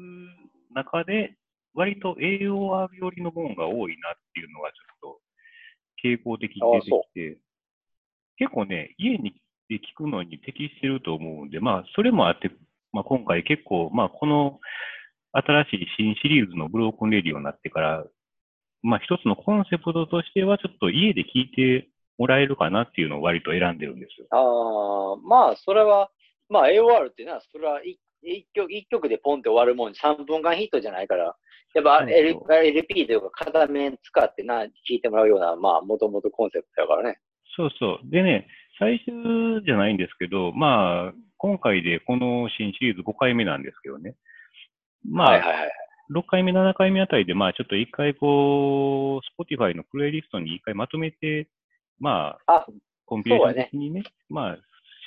[SPEAKER 1] 中で、割と AOR 寄りの本が多いなっていうのがちょっと傾向的に出てきて、結構ね、家にで聞くのに適してると思うんで、まあそれもあって、まあ今回結構、まあこの新しい新シリーズのブロークンレディオになってから、まあ一つのコンセプトとしてはちょっと家で聞いてもらえるかなっていうのを割と選んでるんですよ。
[SPEAKER 2] ああ、まあ、それは、まあ、AOR っていうのは、それは一一曲一曲でポンって終わるもん、3分間ヒットじゃないから、やっぱ
[SPEAKER 1] そう
[SPEAKER 2] L- LP というか、片面使ってな、聴いてもらうような、まあ、もともとコンセプトやからね。
[SPEAKER 1] そうそう。でね、最終じゃないんですけど、まあ、今回でこの新シリーズ5回目なんですけどね。ま
[SPEAKER 2] はいは
[SPEAKER 1] あ、
[SPEAKER 2] いはい。
[SPEAKER 1] 6回目、7回目あたりで、まあ、ちょっと一回こう、Spotify のプレイリストに一回まとめて、まあ
[SPEAKER 2] あ、
[SPEAKER 1] コンピュータ
[SPEAKER 2] そうだ
[SPEAKER 1] ー
[SPEAKER 2] ね
[SPEAKER 1] 的にね、まあ、し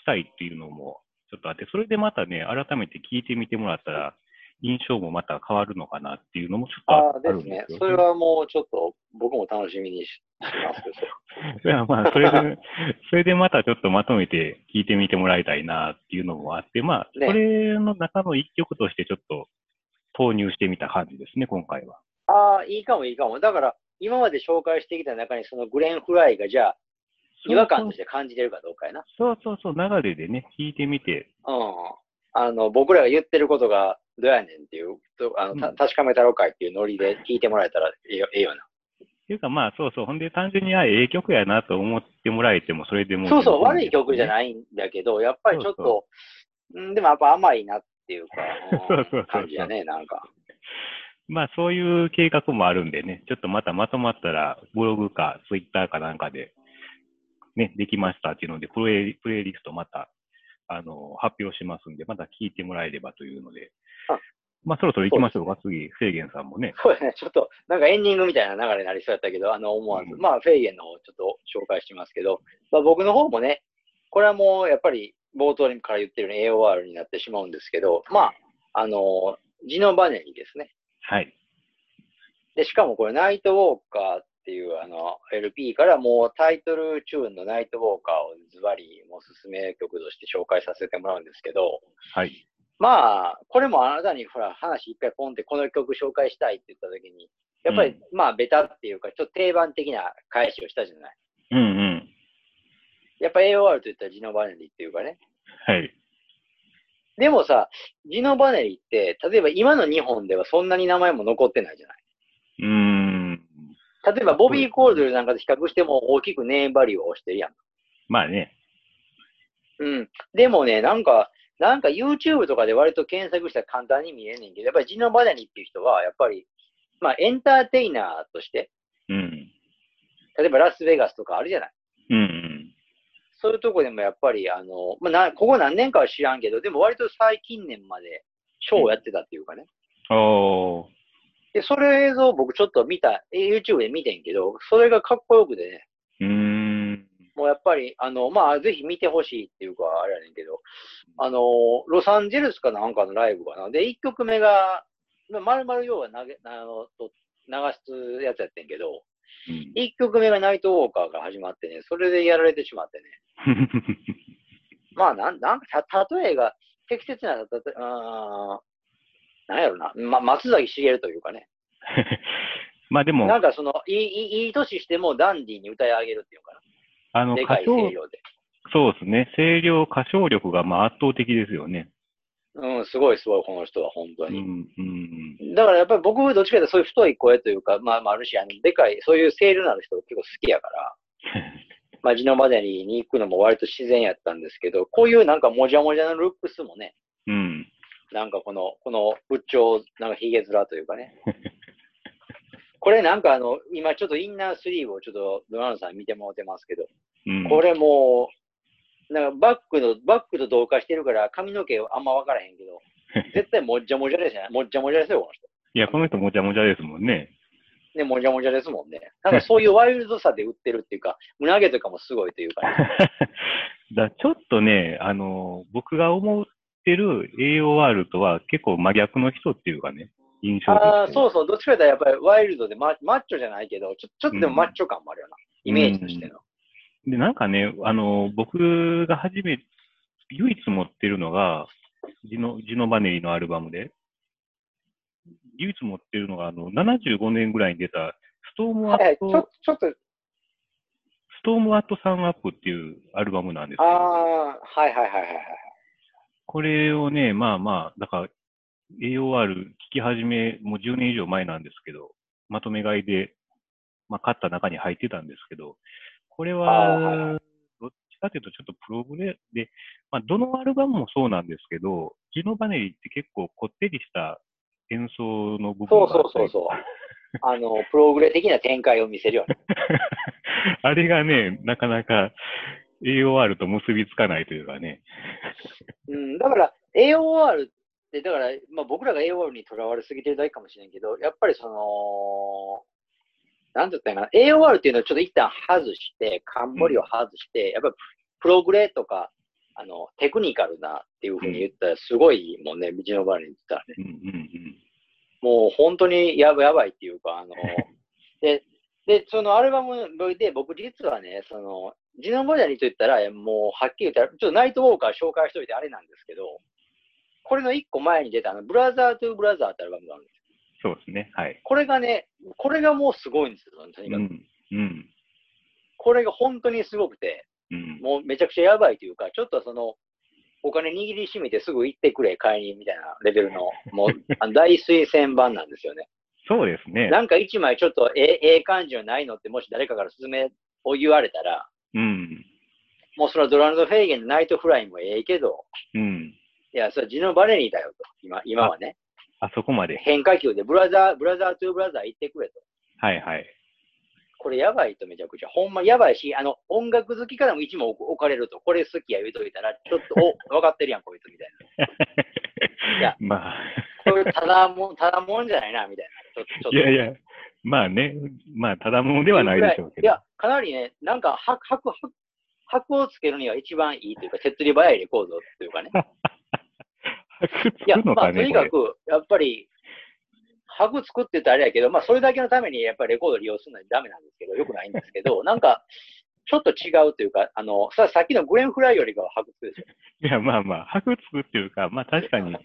[SPEAKER 1] たいっていうのもちょっとあって、それでまたね、改めて聞いてみてもらったら、印象もまた変わるのかなっていうのもちょ
[SPEAKER 2] ああ、
[SPEAKER 1] っとあ
[SPEAKER 2] で
[SPEAKER 1] るん
[SPEAKER 2] すね
[SPEAKER 1] です。よ。
[SPEAKER 2] それはもうちょっと、僕も楽しみにししますけど。
[SPEAKER 1] いや まあ、それ で、それでまたちょっとまとめて聞いてみてもらいたいなっていうのもあって、まあ、そ
[SPEAKER 2] ね
[SPEAKER 1] れの中の一曲としてちょっと投入してみた感じですね、今回は。
[SPEAKER 2] ああ、いいかもいいかも。だから、今まで紹介してきた中に、そのグレン・フライが、じゃあ、違和感として感じてるかどうかやな。
[SPEAKER 1] そうそうそう、流れでね、聞いてみて、
[SPEAKER 2] うん。あの、僕らが言ってることが、どうやねんっていう、とあのた
[SPEAKER 1] うん
[SPEAKER 2] 確かめたろかいっていうノリで聞いてもらえたらええよええよな。
[SPEAKER 1] っていうかまあ、そうそう、ほんで単純に、あ、ええ曲やなと思ってもらえても、それでも
[SPEAKER 2] そうそう、悪い曲じゃ
[SPEAKER 1] い。
[SPEAKER 2] ないんだけど、やっぱりちょっ
[SPEAKER 1] そ
[SPEAKER 2] と、 うんでもやっぱ甘いなっていうか、うん
[SPEAKER 1] そうそうそうそう
[SPEAKER 2] 感じやね、なんか。
[SPEAKER 1] まあそういう計画もあるんでね、ちょっとまたまとまったら、ブログかツイッターかなんかで、ね、できましたっていうので、プレイプレイリストまた、あの、発表しますんで、また聞いてもらえればというので
[SPEAKER 2] あ、
[SPEAKER 1] まあそろそろ行きましょうか、次、フェーゲンさんもね。
[SPEAKER 2] そうですね、ちょっと、なんかエンディングみたいな流れになりそうやったけど、あの、思わず、
[SPEAKER 1] うん
[SPEAKER 2] まあ、フェイゲンの方をちょっと紹介しますけど、まあ、僕の方もね、これはもう、やっぱり、冒頭にから言ってるように AOR になってしまうんですけど、まあ、あの、ジノバネにですね、
[SPEAKER 1] はい。
[SPEAKER 2] で、しかもこれ、ナイトウォーカーっていう、あの、LP からもうタイトルチューンのナイトウォーカーをズバリ、もうおすすめ曲として紹介させてもらうんですけど、
[SPEAKER 1] はい。
[SPEAKER 2] まあ、これもあなたにほら話一回ポンってこの曲紹介したいって言った時に、やっぱり、まあベタっていうか、ちょっと定番的な返しをしたじゃない。
[SPEAKER 1] うんうん。
[SPEAKER 2] やっぱ AOR といったらジノバネリっていうかね。
[SPEAKER 1] はい。
[SPEAKER 2] でもさ、ジノバネリって、例えば今の日本ではそんなに名前も残ってないじゃな
[SPEAKER 1] うーん。
[SPEAKER 2] い。例えばボビー・コールドルなんかと比較しても大きくネームバリューを押してるやん。
[SPEAKER 1] まあね。
[SPEAKER 2] うん。でもね、なんか、なんか YouTube とかで割と検索したら簡単に見えんねんけど、やっぱりジノバネリっていう人は、やっぱり、まあエンターテイナーとして、
[SPEAKER 1] うん。
[SPEAKER 2] 例えばラスベガスとかあるじゃない。
[SPEAKER 1] うんうん。
[SPEAKER 2] そういうとこでもやっぱり、あの、まあ、なここ何年かは知らんけど、でも割と最近年までショーをやってたっていうかね。
[SPEAKER 1] おー。
[SPEAKER 2] で、それ映像を僕ちょっと見た、え YouTube で見てんけど、それがかっこよくてね、
[SPEAKER 1] うーん。
[SPEAKER 2] もうやっぱり、あの、まあ、ぜひ見てほしいっていうか、あれやねんけど、あの、ロサンゼルスかなんかのライブかな。で、1曲目が、まるまる要は投げ、あの、と流すやつやってんけど、
[SPEAKER 1] うん
[SPEAKER 2] 1曲目がナイトウォーカーから始まってね、それでやられてしまってね。まあ、なん、なんか、た、例えが、適切な、たと、うーん、なんやろな、ま、松崎しげるというかね。
[SPEAKER 1] まあでも、
[SPEAKER 2] なんかその、いい、いいいい年してもダンディーに歌い上げるっていうか
[SPEAKER 1] あ
[SPEAKER 2] な。
[SPEAKER 1] の、
[SPEAKER 2] で
[SPEAKER 1] 歌
[SPEAKER 2] かい声
[SPEAKER 1] 唱、
[SPEAKER 2] 量で。
[SPEAKER 1] そうですね。声量、歌唱力がまあ圧倒的ですよね。
[SPEAKER 2] うん、すごいすごい、この人は、本当
[SPEAKER 1] う
[SPEAKER 2] に。
[SPEAKER 1] ん、うん。
[SPEAKER 2] だからやっぱり僕、どっちかというとそういう太い声というか、まあ、まあ、あるし、あの、でかい、そういう声量のある人結構好きやから、まあ、ジノバネリーに行くのも割と自然やったんですけど、こういうなんかもじゃもじゃのルックスもね、
[SPEAKER 1] うん。
[SPEAKER 2] なんかこの、この仏頂、なんかヒゲ面というかね。これなんかあの、今ちょっとインナースリーブをちょっとドナルドさんに見てもらってますけど、
[SPEAKER 1] うん、
[SPEAKER 2] これもう、なんかバックの、バックと同化してるから髪の毛あんま分からへんけど、絶対もっじゃもじゃですね。もっじゃもじゃですよ、この人。
[SPEAKER 1] いや、この人もじゃもじゃですもんね。
[SPEAKER 2] ね、もじゃもじゃですもんね。なんかそういう ワイルドさで売ってるっていうか、胸毛とかもすごいというかね、
[SPEAKER 1] だちょっとね、あの、僕が思ってる AOR とは結構真逆の人っていうかね、印象
[SPEAKER 2] ああ、
[SPEAKER 1] う。
[SPEAKER 2] そうそう、どっちかというとやっぱりワイルドでママッチョじゃないけど、ちょちょっとでもマッチョ感もあるよな。イメージとしての。
[SPEAKER 1] で、なんかね、あの、僕が初め、唯一持ってるのが、ジノ、ジノバネリのアルバムで、唯一持ってるのが、あの、75年ぐらいに出た、ストームアッ
[SPEAKER 2] はいはい、ち
[SPEAKER 1] ト、
[SPEAKER 2] ょちょっと
[SPEAKER 1] ストームアットサンアップっていうアルバムなんですけど、
[SPEAKER 2] ああ、はいはいはいはいはい。
[SPEAKER 1] これをね、まあまあ、だから、AOR 聞き始め、もう10年以上前なんですけど、まとめ買いで、まあ、買った中に入ってたんですけど、これ
[SPEAKER 2] あーはい
[SPEAKER 1] は、どっちかというと、ちょっとプログレで、まあ、どのアルバムもそうなんですけど、ジノバネリって結構こってりした演奏の部分が
[SPEAKER 2] そうそうそうそう。あの、プログレ的な展開を見せるよね。
[SPEAKER 1] う。あれがね、なかなか AOR と結びつかないというかね。
[SPEAKER 2] うん、だから、AOR って、だから、まあ、僕らが AOR にとらわれすぎてるだけかもしれんけど、やっぱりその、なんて言ったらいいかな、AOR っていうのをちょっと一旦外して、冠を外して、やっぱりプログレとか、あの、テクニカルなっていうふうに言ったら、すごいもんね、道の場に言ったらね。
[SPEAKER 1] うんうん
[SPEAKER 2] もう本当にやばやばいっていうか、 あの、で、で、そのアルバムで僕実はね、その、ジノボジャニと言ったら、もうはっきり言ったら、ちょっとナイトウォーカー紹介しといてあれなんですけど、これの一個前に出たあの、ブラザートゥブラザーってアルバムがあるんです
[SPEAKER 1] そ
[SPEAKER 2] よ。
[SPEAKER 1] うですね。はい。
[SPEAKER 2] これがね、これがもうすごいんですよ、とに
[SPEAKER 1] う
[SPEAKER 2] かく。
[SPEAKER 1] ん。うん。
[SPEAKER 2] これが本当にすごくて、
[SPEAKER 1] うん。
[SPEAKER 2] もうめちゃくちゃやばいというか、ちょっとその、お金握りしめてすぐ行ってくれ、買いに、みたいなレベルの、もう、あの大推薦版なんですよね。
[SPEAKER 1] そうですね。
[SPEAKER 2] なんか一枚ちょっとえええ感じのないのって、もし誰かから勧めを言われたら、
[SPEAKER 1] うん。
[SPEAKER 2] もうそれはドナルド・フェイゲンのナイト・フライもええけど、
[SPEAKER 1] うん。
[SPEAKER 2] いや、それはジノ・バレリーだよと、今今はね。
[SPEAKER 1] あそこまで。
[SPEAKER 2] 変化球でブラザー、ブラザートゥーブラザー行ってくれと。
[SPEAKER 1] はいはい。
[SPEAKER 2] これやばいとめちゃくちゃ。ほんまやばいし、あの、音楽好きからも一目置かれると、これ好きや言うといたら、ちょっと、お、分かってるやん、こいつみたいいや
[SPEAKER 1] まあ、
[SPEAKER 2] な。これただもん、ただもんじゃないな、みたいな。ちょちょっと
[SPEAKER 1] いやいや、まあね、まあ、ただものではないでしょうけ
[SPEAKER 2] い
[SPEAKER 1] ど。
[SPEAKER 2] や、かなりね、なんか、は、はく、はく、はくをつけるには一番いいというか、手っ取り早いレコードというかね。
[SPEAKER 1] 白
[SPEAKER 2] いや、
[SPEAKER 1] つくの
[SPEAKER 2] まあ、
[SPEAKER 1] か
[SPEAKER 2] と
[SPEAKER 1] ね、
[SPEAKER 2] に
[SPEAKER 1] こ
[SPEAKER 2] か
[SPEAKER 1] れ。
[SPEAKER 2] く、やっぱり、ハグ作ってたらあれやけど、まあ、それだけのために、やっぱりレコード利用するのはダメなんですけど、よくないんです けど、なんか、ちょっと違うというか、あの、さ、さっきのグレンフライよりかはハグ作るでしょ。
[SPEAKER 1] いや、まあまあ、白つくっていうか、まあ確かに、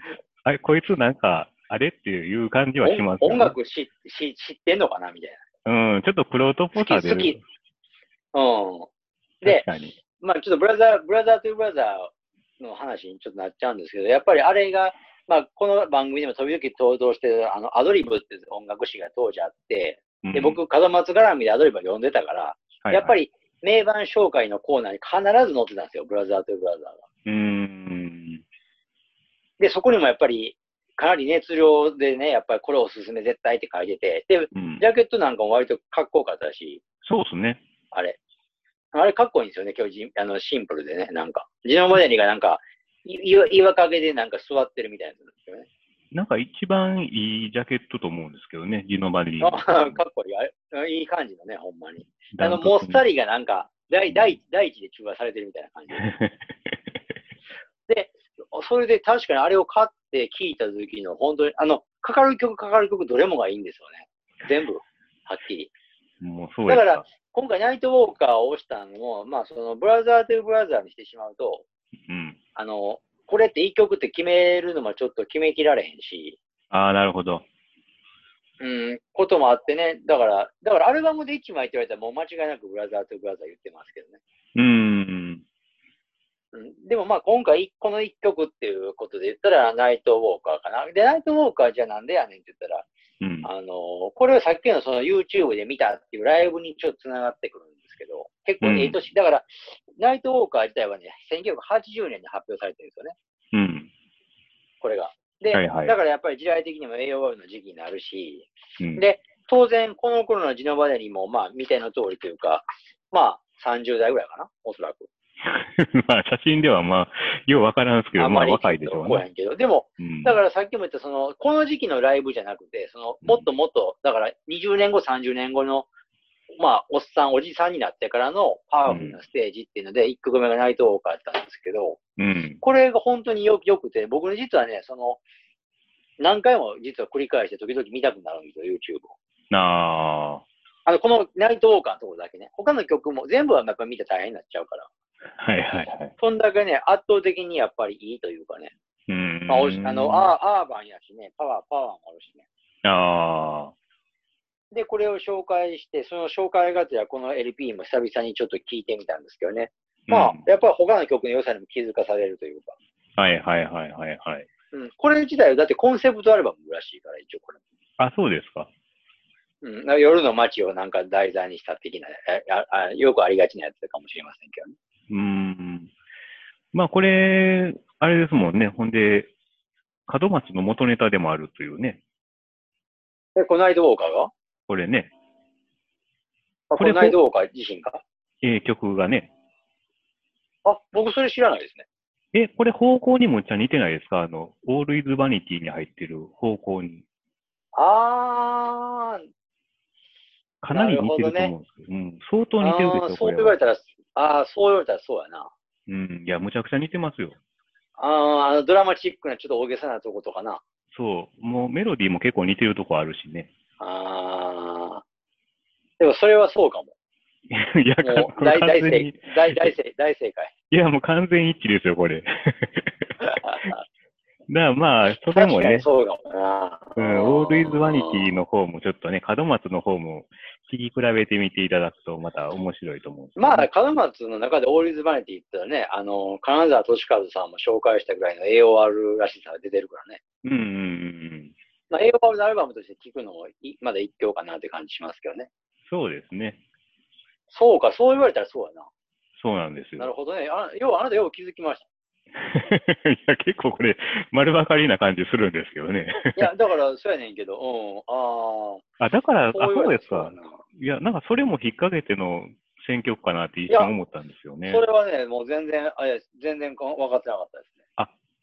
[SPEAKER 1] あれ、こいつなんか、あれっていう感じはしますよ
[SPEAKER 2] 音
[SPEAKER 1] ね
[SPEAKER 2] 音楽しし知ってんのかなみたい
[SPEAKER 1] うん、ちょっとクロートっぽ
[SPEAKER 2] な。
[SPEAKER 1] さ
[SPEAKER 2] 好
[SPEAKER 1] で
[SPEAKER 2] き、好き。うん。で
[SPEAKER 1] 確、かに。
[SPEAKER 2] まあちょっとブラザー、ブラザーとブラザーの話にちょっとなっちゃうんですけど、やっぱりあれが、まあこの番組でも時々登場してる、あの、アドリブって音楽誌が当時あって、
[SPEAKER 1] うん
[SPEAKER 2] で、、僕、門松絡みでアドリブを読んでたから、やっぱ
[SPEAKER 1] り。
[SPEAKER 2] り名盤紹介のコーナーに必ず載ってたんですよ、ブラザーとブラザーが。
[SPEAKER 1] うーん。
[SPEAKER 2] で、そこにもやっぱり、かなり熱量でね、やっぱりこれおすすめ絶対って書いてて、で、
[SPEAKER 1] うん
[SPEAKER 2] ジャケットなんかも割とかっこよかったし、
[SPEAKER 1] そうですね。
[SPEAKER 2] あれ。あれかっこいいんですよね、今日じあのシンプルでね、なんか。ジノモデリがなんか、いいわ岩陰でなんか座ってるみたいなんですよね。
[SPEAKER 1] なんか一番いいジャケットと思うんですけどね、ジノバリー。
[SPEAKER 2] あかっこいいあれ。いい感じのね、ほんまに。あ
[SPEAKER 1] ダ
[SPEAKER 2] の、
[SPEAKER 1] ント
[SPEAKER 2] もっ
[SPEAKER 1] ツに
[SPEAKER 2] さりがなんか、第第第一で中和されてるみたいな感じ。それで確かにあれを買って聴いた時の、本当に、あの、かかる曲かかる曲どれもがいいんですよね。全部、はっきり。
[SPEAKER 1] もうそう
[SPEAKER 2] だ
[SPEAKER 1] やっ
[SPEAKER 2] か
[SPEAKER 1] た。
[SPEAKER 2] ら、今回ナイトウォーカーを押したのも、まあ、その、ブラザーというブラザーにしてしまうと、
[SPEAKER 1] うん。
[SPEAKER 2] あの、これって一曲って決めるのもちょっと決めきられへんし、
[SPEAKER 1] ああ、なるほど。
[SPEAKER 2] うん、こともあってね、だから、だからアルバムで1枚って言われたらもう間違いなくブラザーとブラザー言ってますけどね。
[SPEAKER 1] うーん。
[SPEAKER 2] うん、でもまあ今回この1曲っていうことで言ったらナイトウォーカーかな。で、ナイトウォーカーじゃあなんでやねんって言ったら、
[SPEAKER 1] うん。
[SPEAKER 2] あの、これはさっきのその YouTube で見たっていうライブにちょっと繋がってくるんですけど、結構ええ年、だから、ナイトウォーカー自体はね、1980年に発表されてるんですよね。
[SPEAKER 1] うん。
[SPEAKER 2] これが。で、
[SPEAKER 1] はいはい
[SPEAKER 2] だからやっぱり時代的にも栄養バブルの時期になるし、
[SPEAKER 1] うん
[SPEAKER 2] で当然この頃のジノバデリも、まあ、見ての通りというか、まあ、30代ぐらいかな、おそらく。
[SPEAKER 1] まあ、写真ではまあ、ようわからんすけど、まあ、
[SPEAKER 2] り
[SPEAKER 1] 若いでしょう
[SPEAKER 2] こうや
[SPEAKER 1] ね。
[SPEAKER 2] んけど、でも、
[SPEAKER 1] うん
[SPEAKER 2] だからさっきも言った、その、この時期のライブじゃなくて、その、もっともっと、だから20年後、30年後の、まあ、おっさん、おじさんになってからのパワフルなステージっていうので、1曲目がナイトウォーカーだったんですけど、
[SPEAKER 1] うん。
[SPEAKER 2] これが本当によよくて、僕実はね、その、何回も実は繰り返して時々見たくなるんですよ、YouTube を。
[SPEAKER 1] なあ。
[SPEAKER 2] あの、このナイトウォーカーのところだけね。他の曲も全部はやっぱ見て大変になっちゃうから。
[SPEAKER 1] はいはいはい。
[SPEAKER 2] そんだけね、圧倒的にやっぱりいいというかね。
[SPEAKER 1] うーん。
[SPEAKER 2] まあ、おしあの、アーアーバンやしね、パワー、パワーもあるしね。
[SPEAKER 1] ああ。
[SPEAKER 2] で、これを紹介して、その紹介がてらこの LP も久々にちょっと聞いてみたんですけどね。まあ
[SPEAKER 1] うん、
[SPEAKER 2] やっぱり他の曲の良さにも気づかされるというか。
[SPEAKER 1] はいはいはいはいはい。
[SPEAKER 2] うん。これ自体はだってコンセプトアルバムらしいから、一応これ。
[SPEAKER 1] あ、そうですか。
[SPEAKER 2] うん、夜の街をなんか題材にした的な、えああよくありがちなやつかもしれませんけどね。
[SPEAKER 1] うーん。まあ、これ、あれですもんね。ほんで、門松の元ネタでもあるというね。
[SPEAKER 2] で、この間ウォーカーが
[SPEAKER 1] これね、
[SPEAKER 2] あ
[SPEAKER 1] こ
[SPEAKER 2] こ
[SPEAKER 1] れ
[SPEAKER 2] の間ウォーカー自身か
[SPEAKER 1] えー曲がね。
[SPEAKER 2] あ、僕それ知らないですね。
[SPEAKER 1] え、これ方向にもちゃ似てないですかあの、オールイズバニティに入ってる方向に。
[SPEAKER 2] あー、
[SPEAKER 1] かなり似てると思うんですけど。うん。相当似てる
[SPEAKER 2] あ
[SPEAKER 1] でし
[SPEAKER 2] ー
[SPEAKER 1] ょ、
[SPEAKER 2] そ
[SPEAKER 1] こ
[SPEAKER 2] う
[SPEAKER 1] れ
[SPEAKER 2] 言わ
[SPEAKER 1] は
[SPEAKER 2] れ。たら、あー、そう言われたらそうやな。
[SPEAKER 1] うん。いや、むちゃくちゃ似てますよ。
[SPEAKER 2] あーあの、ドラマチックなちょっと大げさなとことかな。
[SPEAKER 1] そう。もうメロディーも結構似てるとこあるしね。
[SPEAKER 2] あー、でもそれはそうかも。
[SPEAKER 1] いや、
[SPEAKER 2] もう
[SPEAKER 1] これ
[SPEAKER 2] 大
[SPEAKER 1] 完
[SPEAKER 2] 大
[SPEAKER 1] 全に。
[SPEAKER 2] 正大大正大正解。
[SPEAKER 1] いや、もう完全一致ですよ、これ。だ からまあ、それ
[SPEAKER 2] 確
[SPEAKER 1] も
[SPEAKER 2] か
[SPEAKER 1] ね
[SPEAKER 2] に、そうかもな。
[SPEAKER 1] うん、オールイズワニティ
[SPEAKER 2] の。
[SPEAKER 1] の方もちょっとね、門松の方も聞き比べてみていただくとまた面白いと思うんですけどね、
[SPEAKER 2] まあ、門松の中でオールイズバニティって言ったらね、あの、金沢俊和さんも紹介したぐらいの AOR らしさが出てるからね。
[SPEAKER 1] うんうんうんうん。
[SPEAKER 2] まあ、AOR のアルバムとして聴くのもいまだ一強かなって感じしますけどね。
[SPEAKER 1] そうですね。
[SPEAKER 2] そうか、そう言われたらそうやな。
[SPEAKER 1] そうなんです
[SPEAKER 2] なる
[SPEAKER 1] よ。
[SPEAKER 2] ほどね。あよう、あなたよう気づきまし
[SPEAKER 1] いや、結構これ、丸ばかりな感じするんですけどね。
[SPEAKER 2] いや、だから、そうやねんけど、うん、 あ
[SPEAKER 1] あ、だから、
[SPEAKER 2] あ、
[SPEAKER 1] あ、そうですか。いや、なんかそれも引っ掛けての選挙区かなって一瞬思ったんですよね
[SPEAKER 2] そ。れはね、もう全然、あいや全然こ分かってなかったですね。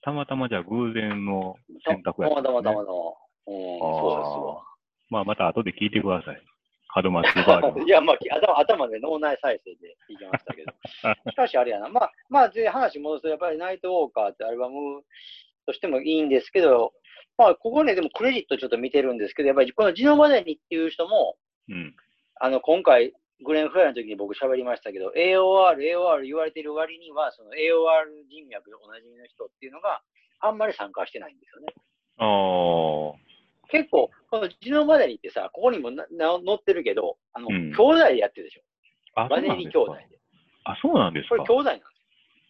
[SPEAKER 1] たまたまじゃあ偶然の選択
[SPEAKER 2] た
[SPEAKER 1] やった
[SPEAKER 2] ま
[SPEAKER 1] んで
[SPEAKER 2] た
[SPEAKER 1] す
[SPEAKER 2] ま
[SPEAKER 1] ね
[SPEAKER 2] たまたま。うん、そ
[SPEAKER 1] まあ、また後で聞いてください。門松
[SPEAKER 2] う
[SPEAKER 1] バ
[SPEAKER 2] です
[SPEAKER 1] ージョ
[SPEAKER 2] わ。
[SPEAKER 1] ン
[SPEAKER 2] い。や、まあ、き頭頭で脳内再生でいきましたけ ど。しかし、あれやな。まあ、まあ、で話戻すと、やっぱりナイトウォーカーってアルバムとしてもいいんですけど、まあ、ここね、でもクレジットちょっと見てるんですけど、やっぱりこの字のまでにっていう人も、
[SPEAKER 1] うん。
[SPEAKER 2] あの、今回、グレン・フライの時に僕喋りましたけど、AOR、AOR 言われてる割には、その AOR 人脈でおなじみの人っていうのがあんまり参加してないんですよね。
[SPEAKER 1] ああ。
[SPEAKER 2] 結構、この地のマダニってさ、ここにもなな載ってるけど、あの、
[SPEAKER 1] うん
[SPEAKER 2] 兄弟でやってるでしょ。
[SPEAKER 1] あ、そ
[SPEAKER 2] バ
[SPEAKER 1] う
[SPEAKER 2] ネ
[SPEAKER 1] なん
[SPEAKER 2] リ
[SPEAKER 1] です
[SPEAKER 2] 兄弟
[SPEAKER 1] か。
[SPEAKER 2] で。
[SPEAKER 1] あ、そうなんです
[SPEAKER 2] これ
[SPEAKER 1] か
[SPEAKER 2] 兄。弟なんで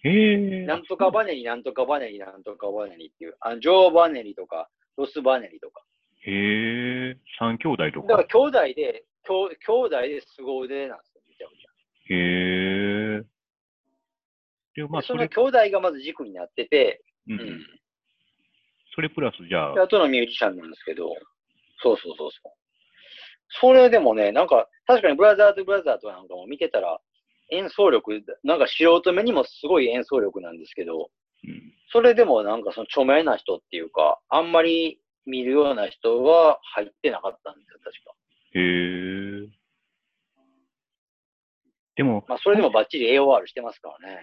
[SPEAKER 2] す
[SPEAKER 1] へえ。
[SPEAKER 2] よ。なんとかバネリ、なんとかバネリ、なんとかバネリっていう、あのジョー・バネリとか、ロス・バネリとか。
[SPEAKER 1] へえ。三兄弟と
[SPEAKER 2] だか。
[SPEAKER 1] から
[SPEAKER 2] 兄弟で、兄兄弟で凄腕なんですよ、めちゃくちゃ。
[SPEAKER 1] へえ。で、まあ、
[SPEAKER 2] で
[SPEAKER 1] そ
[SPEAKER 2] その
[SPEAKER 1] れ、
[SPEAKER 2] 兄弟がまず軸になってて、
[SPEAKER 1] う。
[SPEAKER 2] うんん。
[SPEAKER 1] それプラス、じゃあ
[SPEAKER 2] で、、あとのミュージシャンなんですけど、そうそうそうそう。それでもね、なんか、確かにブラザーズ・ブラザーとなんかも見てたら、演奏力、なんか素人目にもすごい演奏力なんですけど、
[SPEAKER 1] うん
[SPEAKER 2] それでもなんかその著名な人っていうか、あんまり見るような人は入ってなかったんですよ、確か。
[SPEAKER 1] へえ。でも、
[SPEAKER 2] まあ、それでもバッチリ AOR してますからね。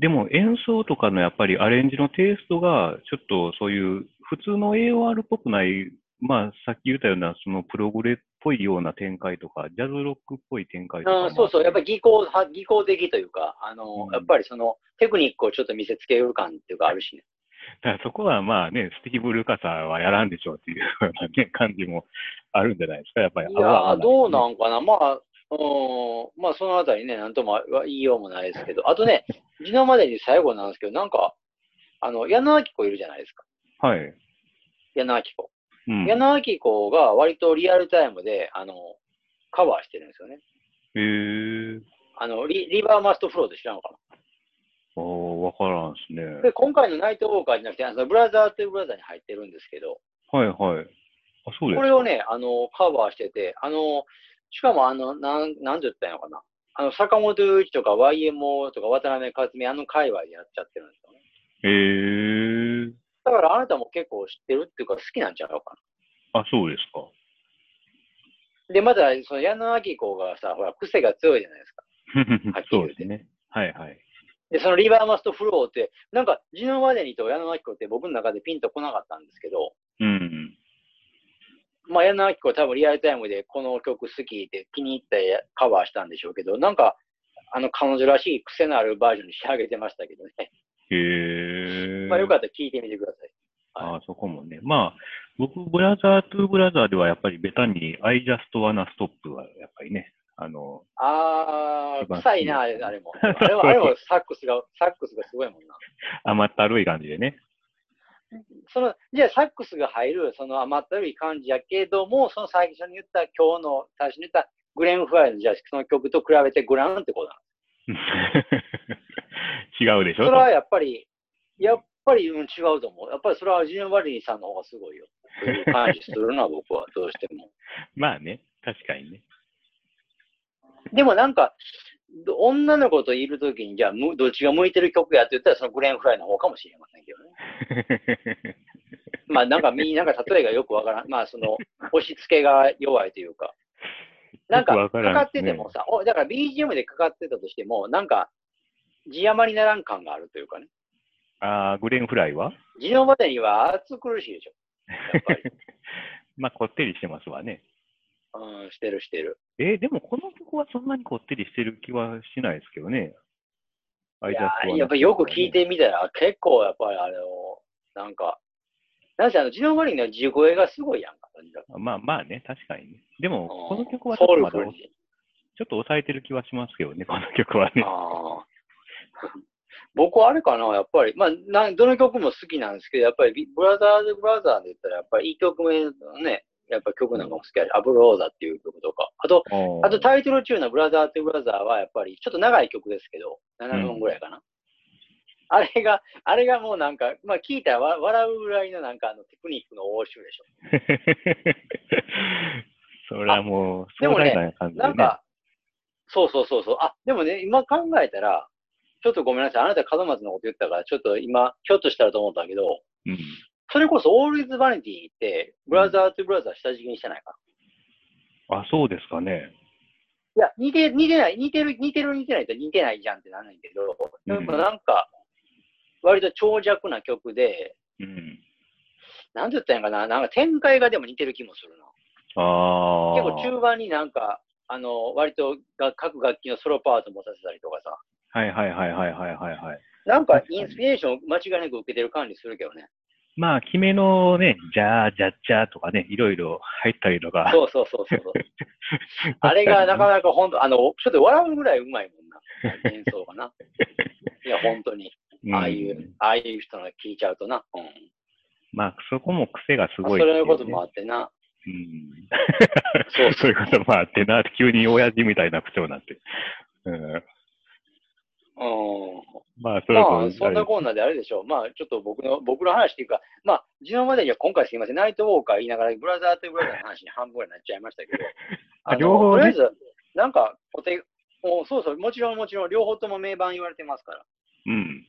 [SPEAKER 1] でも演奏とかのやっぱりアレンジのテイストが、ちょっとそういう普通の AOR っぽくない、まあさっき言ったようなそのプログレっぽいような展開とか、ジャズロックっぽい展開とかもあっ
[SPEAKER 2] うん、
[SPEAKER 1] て。
[SPEAKER 2] そうそう、やっぱり技巧は、技巧的というか、あの、
[SPEAKER 1] うん
[SPEAKER 2] やっぱりそのテクニックをちょっと見せつける感っていうかあるしね。
[SPEAKER 1] だからそこはまあね、スティーブ・ルカさんはやらんでしょうっていうようなね、感じもあるんじゃないですか、やっぱり。
[SPEAKER 2] いやー、どうなんんかな。まあ、うん、まあそのあたりね、なんとも言いようもないですけど、あ とね、昨日までに最後なんですけど、なんか、あの、矢野明子いるじゃないですか。
[SPEAKER 1] はい。
[SPEAKER 2] 矢野明子。
[SPEAKER 1] うん。
[SPEAKER 2] 矢野明子が割とリアルタイムで、あの、カバーしてるんですよね。
[SPEAKER 1] えー。
[SPEAKER 2] あの、リリバーマストフローで知らんのか
[SPEAKER 1] ああ、わからんですね。
[SPEAKER 2] な。で、今回のナイトウォーカーじゃなくて、あのブラザーというブラザーに入ってるんですけど、
[SPEAKER 1] はいはい。あ、そうです。
[SPEAKER 2] これをね、あの、カバーしてて、あの、しかもあの、なん、なんて言ったんやろかな。あの、坂本龍一とか YMO とか渡辺克美、あの界隈でやっちゃってるんですよね。
[SPEAKER 1] えー。
[SPEAKER 2] だからあなたも結構知ってるっていうか好きなんちゃうかな。
[SPEAKER 1] あ、そうですか。
[SPEAKER 2] で、まだ、その矢野明子がさ、ほら、癖が強いじゃないですか。
[SPEAKER 1] そうですね。はいはい。
[SPEAKER 2] で、そのリバーマストフローって、なんか、ジノマデニと矢野明子って僕の中でピンとこなかったんですけど、
[SPEAKER 1] うん。
[SPEAKER 2] まあ、矢野明子は多分リアルタイムでこの曲好きで気に入ってカバーしたんでしょうけど、なんか、あの、彼女らしい癖のあるバージョンに仕上げてましたけどね。
[SPEAKER 1] へえ。
[SPEAKER 2] まあ、よかったら聴いてみてください。
[SPEAKER 1] ああ、そこもね。まあ、僕、ブラザートゥブラザーではやっぱりベタに I just wanna stop はやっぱりね、あの、
[SPEAKER 2] あ
[SPEAKER 1] 素晴
[SPEAKER 2] ー、
[SPEAKER 1] らしい
[SPEAKER 2] 臭いな、あれあれも。あれも、あれもサックスが、サックスがすごいもんな。
[SPEAKER 1] 甘ったるい感じでね。
[SPEAKER 2] その、じゃあサックスが入る、その甘ったるい感じやけども、その最初に言った、今日の最初に言った、グレン・フライの、じゃあその曲と比べてグランってことなの
[SPEAKER 1] 違うでしょ
[SPEAKER 2] それはやっぱり、やっぱり、うん、違うと思う。やっぱりそれはジュン・バリーさんの方がすごいよ。という感じするな、僕は、どうしても。
[SPEAKER 1] まあね、確かにね。
[SPEAKER 2] でもなんか、ど女の子といるときに、じゃあ、むどっちが向いてる曲やって言ったら、そのグレン・フライの方かもしれませんけどね。まあ、なんか、みなんか例えがよくわからん。まあ、その、押し付けが弱いというか。なんか、
[SPEAKER 1] よ
[SPEAKER 2] か
[SPEAKER 1] くわから
[SPEAKER 2] か
[SPEAKER 1] ん
[SPEAKER 2] っ
[SPEAKER 1] です
[SPEAKER 2] て
[SPEAKER 1] ね
[SPEAKER 2] てもさ、おだから BGM でかかってたとしても、なんか、字余りならん感があるというかね。
[SPEAKER 1] ああ、グレンフライは
[SPEAKER 2] 字のまでには暑苦しいでしょ。やっぱり。
[SPEAKER 1] まあ、こってりしてますわね。
[SPEAKER 2] うん、してるしてる。
[SPEAKER 1] えーでもこの曲はそんなにこってりしてる気はしないですけどね。I
[SPEAKER 2] い
[SPEAKER 1] just
[SPEAKER 2] や
[SPEAKER 1] wanna
[SPEAKER 2] ーやっぱりよ
[SPEAKER 1] stop
[SPEAKER 2] く
[SPEAKER 1] はね
[SPEAKER 2] 聞いてみたら、結構やっぱりあれを、なんか、なんせあの、ジノマリンの地声がすごいやんか。とにかく
[SPEAKER 1] まあまあね、確かにね。でも、この曲はち
[SPEAKER 2] ソ
[SPEAKER 1] ょっ
[SPEAKER 2] ウ
[SPEAKER 1] と
[SPEAKER 2] ル
[SPEAKER 1] まだ
[SPEAKER 2] フル
[SPEAKER 1] お
[SPEAKER 2] に
[SPEAKER 1] ちょっと抑えてる気はしますけどね、この曲はね。
[SPEAKER 2] あー僕はあれかな、やっぱり、まあな、どの曲も好きなんですけど、やっぱりビ、ブラザーズ・ブラザーで言ったら、やっぱりいい曲名のね、やっぱ曲なんかも好きやし、アブローザっていう曲とか、あと、あとタイトル中のブラザー・トゥ・ブラザーは、やっぱり、ちょっと長い曲ですけど、7分ぐらいかな。あれが、あれがもうなんか、まあ聞いたらわ笑うぐらいのなんかあのテクニックの応酬でし ょ。
[SPEAKER 1] それはもう、
[SPEAKER 2] で
[SPEAKER 1] 壮
[SPEAKER 2] もね
[SPEAKER 1] 大な感じで
[SPEAKER 2] なん
[SPEAKER 1] ね。
[SPEAKER 2] か、そうそうそうそう。あ、でもね、今考えたら、ちょっとごめんなさい。あなた門松のこと言ったから、ちょっと今、ひょっとしたらと思ったけど、
[SPEAKER 1] うん、
[SPEAKER 2] それこそオールイズバニティって、ブラザーとブラザー下敷きにしてないか。
[SPEAKER 1] あ、そうですかね。
[SPEAKER 2] いや、似て、似てない、似てる、似てる、似てないと似てないじゃんってなんないけど、でもなんか、割と長尺な曲で、
[SPEAKER 1] うん。
[SPEAKER 2] なんて言ったんやかな、なんか展開がでも似てる気もするな。
[SPEAKER 1] あ
[SPEAKER 2] 結
[SPEAKER 1] あ。
[SPEAKER 2] 構中盤になんか、あの、割とが各楽器のソロパートもさせたりとかさ、
[SPEAKER 1] はいはいはいはいはいはいはい。
[SPEAKER 2] なんかインスピレーションを間違いなく受けてる感じするけ どね。
[SPEAKER 1] まあ、決めのね、じゃあ、じゃっちゃとかね、いろいろ入ったりとか。
[SPEAKER 2] そうそうそうそうそう。 あれがなかなか本当、あの、ちょっと笑うぐらいうまいもんな。 演奏がな。いや、本当に。
[SPEAKER 1] うん
[SPEAKER 2] ああいう、ああいう人の聞いちゃうとな。うん。
[SPEAKER 1] まあ、そこも癖がす
[SPEAKER 2] まあ
[SPEAKER 1] ごい、
[SPEAKER 2] それのこともあっ てな。
[SPEAKER 1] うん。
[SPEAKER 2] そう
[SPEAKER 1] そういうこともあってな、急に親父みたいな口調になって。うん、
[SPEAKER 2] うん。
[SPEAKER 1] まあ、それ
[SPEAKER 2] ま
[SPEAKER 1] こ
[SPEAKER 2] あ、そんなこんなであれでしょう。まあ、ちょっと僕の、僕の話っていうか、まあ、自分までには今回すいません、ナイトウォーカー言いながら、ブラザーとブラザーの話に半分ぐらいになっちゃいましたけ ど、
[SPEAKER 1] あ
[SPEAKER 2] あ
[SPEAKER 1] 両
[SPEAKER 2] の、
[SPEAKER 1] 方
[SPEAKER 2] とりあ
[SPEAKER 1] ね
[SPEAKER 2] えず、なんか、お手、おそうそう、もちろんもちろん、両方とも名盤言われてますから。
[SPEAKER 1] うん。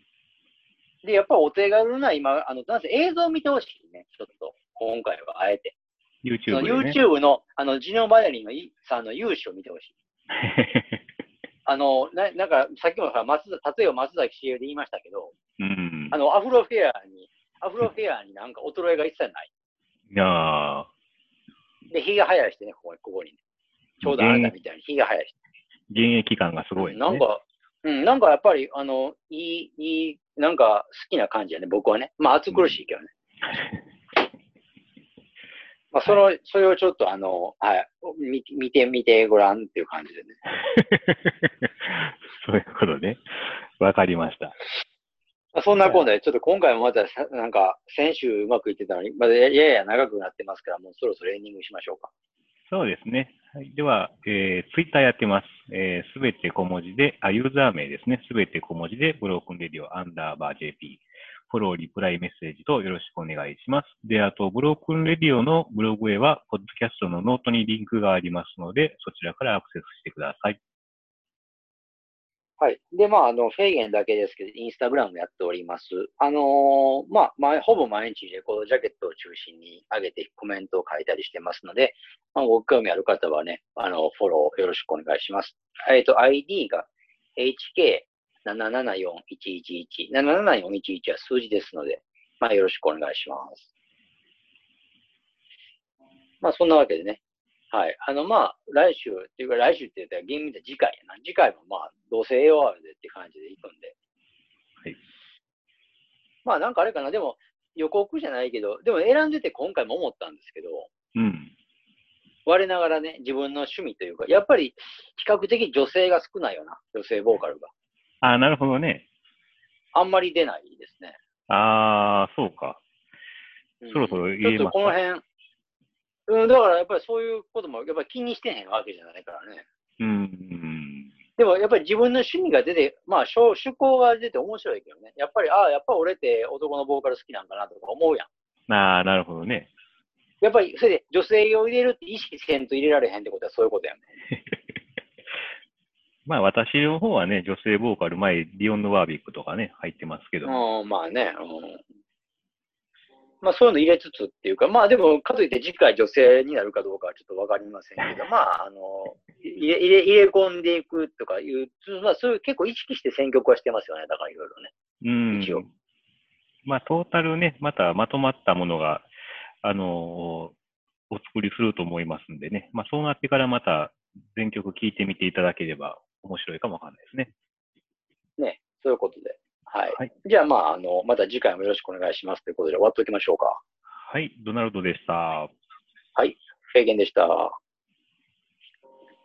[SPEAKER 2] で、やっぱお手軽な今、あの、なんせ映像を見てほしいね、ちょっと、今回はあえて。そ
[SPEAKER 1] YouTube
[SPEAKER 2] の
[SPEAKER 1] で、ね。
[SPEAKER 2] YouTube の、あの、ジノバヤリンのいさんの勇姿を見てほしい。あの、ななんか、さっきもさ松田、例えば松崎しげるで言いましたけど、
[SPEAKER 1] うん
[SPEAKER 2] あ。の、アフロフェアに、アフロフェアになんか衰えが一切ない。
[SPEAKER 1] いやー
[SPEAKER 2] で、日が早いしてね、ここに、ここに、ね。ちょうどあなたみたいに日が早いして。
[SPEAKER 1] 現役感がすごい、ね。
[SPEAKER 2] なんか、うん、なんかやっぱり、あの、いい、いい、なんか好きな感じやね、僕はね。まあ、暑苦しいけどね。まあ、その、それをちょっとあの、はい、み見て、見てごらんっていう感じでね。
[SPEAKER 1] そういうことね。わかりました。
[SPEAKER 2] まあそんなこんなで、ちょっと今回もまたさ、なんか、先週うまくいってたのに、まだややや長くなってますから、もうそろそろエンディングしましょうか。
[SPEAKER 1] そうですね。はい、では、えー、Twitter やってます。す、え、べ、て小文字で、あ、ユーザー名ですね。すべて小文字で、ブロークンレディオアンダーバー JP。フォロー、リプライ、メッセージとよろしくお願いします。で、あと、ブロークンレディオのブログへは、ポッドキャストのノートにリンクがありますので、そちらからアクセスしてください。
[SPEAKER 2] はい。で、まあ、あの、フェイゲンだけですけど、インスタグラムやっております。あのーまあ、まほぼ毎日レコードジャケットを中心に上げてコメントを書いたりしてますので、まあ、ご興味ある方はね、あの、フォローよろしくお願いします。えっ、と、ID が HK774111、774111は数字ですので、まあ、よろしくお願いします。まあ、そんなわけでね、はい。あの、まあ、来週っていうか、来週って言ったら厳密に次回やな。次回もまあ、どうせ AOR でって感じで行くんで。
[SPEAKER 1] はい。
[SPEAKER 2] まあ、なんかあれかな。でも、予告じゃないけど、でも選んでて今回も思ったんですけど、
[SPEAKER 1] うん。
[SPEAKER 2] 我ながらね、自分の趣味というか、やっぱり比較的女性が少ないよな。女性ボーカルが。
[SPEAKER 1] あ、なるほどね。
[SPEAKER 2] あんまり出ないですね。
[SPEAKER 1] あー、そうか。
[SPEAKER 2] うん
[SPEAKER 1] そろそろ
[SPEAKER 2] ちょ
[SPEAKER 1] 言
[SPEAKER 2] っ
[SPEAKER 1] え
[SPEAKER 2] と
[SPEAKER 1] ます
[SPEAKER 2] この辺、うん、だからやっぱりそういうことも、やっぱり気にしてへんわけじゃないからね。
[SPEAKER 1] うんうん。
[SPEAKER 2] でもやっぱり自分の趣味が出て、まあしょ趣向が出て面白いけどね。やっぱり、ああ、やっぱ俺って男のボーカル好きなんかなとか思うやん。
[SPEAKER 1] あー、なるほどね。
[SPEAKER 2] やっぱりそれで女性を入れるって意識せんと入れられへんってことはそういうことやん、ね。
[SPEAKER 1] まあ私の方はね、女性ボーカル前、リオン・のワービックとかね、入ってますけど。
[SPEAKER 2] うん、まあね。うんまあそういうの入れつつっていうか、まあでも、かといって次回女性になるかどうかはちょっとわかりませ んけど、まあ、あの、入れ、入れ、入れ込んでいくとかいう、まあそういう結構意識して選曲はしてますよね。だからいろいろね。
[SPEAKER 1] うん
[SPEAKER 2] 一応。
[SPEAKER 1] まあ、トータルね、またまとまったものが、あのーお作りすると思いますんでね。まあ、そうなってからまた全曲聴いてみていただければ面白いかもわかんないですね。
[SPEAKER 2] ね、そういうことで。はい。
[SPEAKER 1] はい
[SPEAKER 2] じゃあ、まあ、あの、また次回もよろしくお願いしますということで終わっておきましょうか。
[SPEAKER 1] はい、ドナルドでした。
[SPEAKER 2] フェーゲンでした。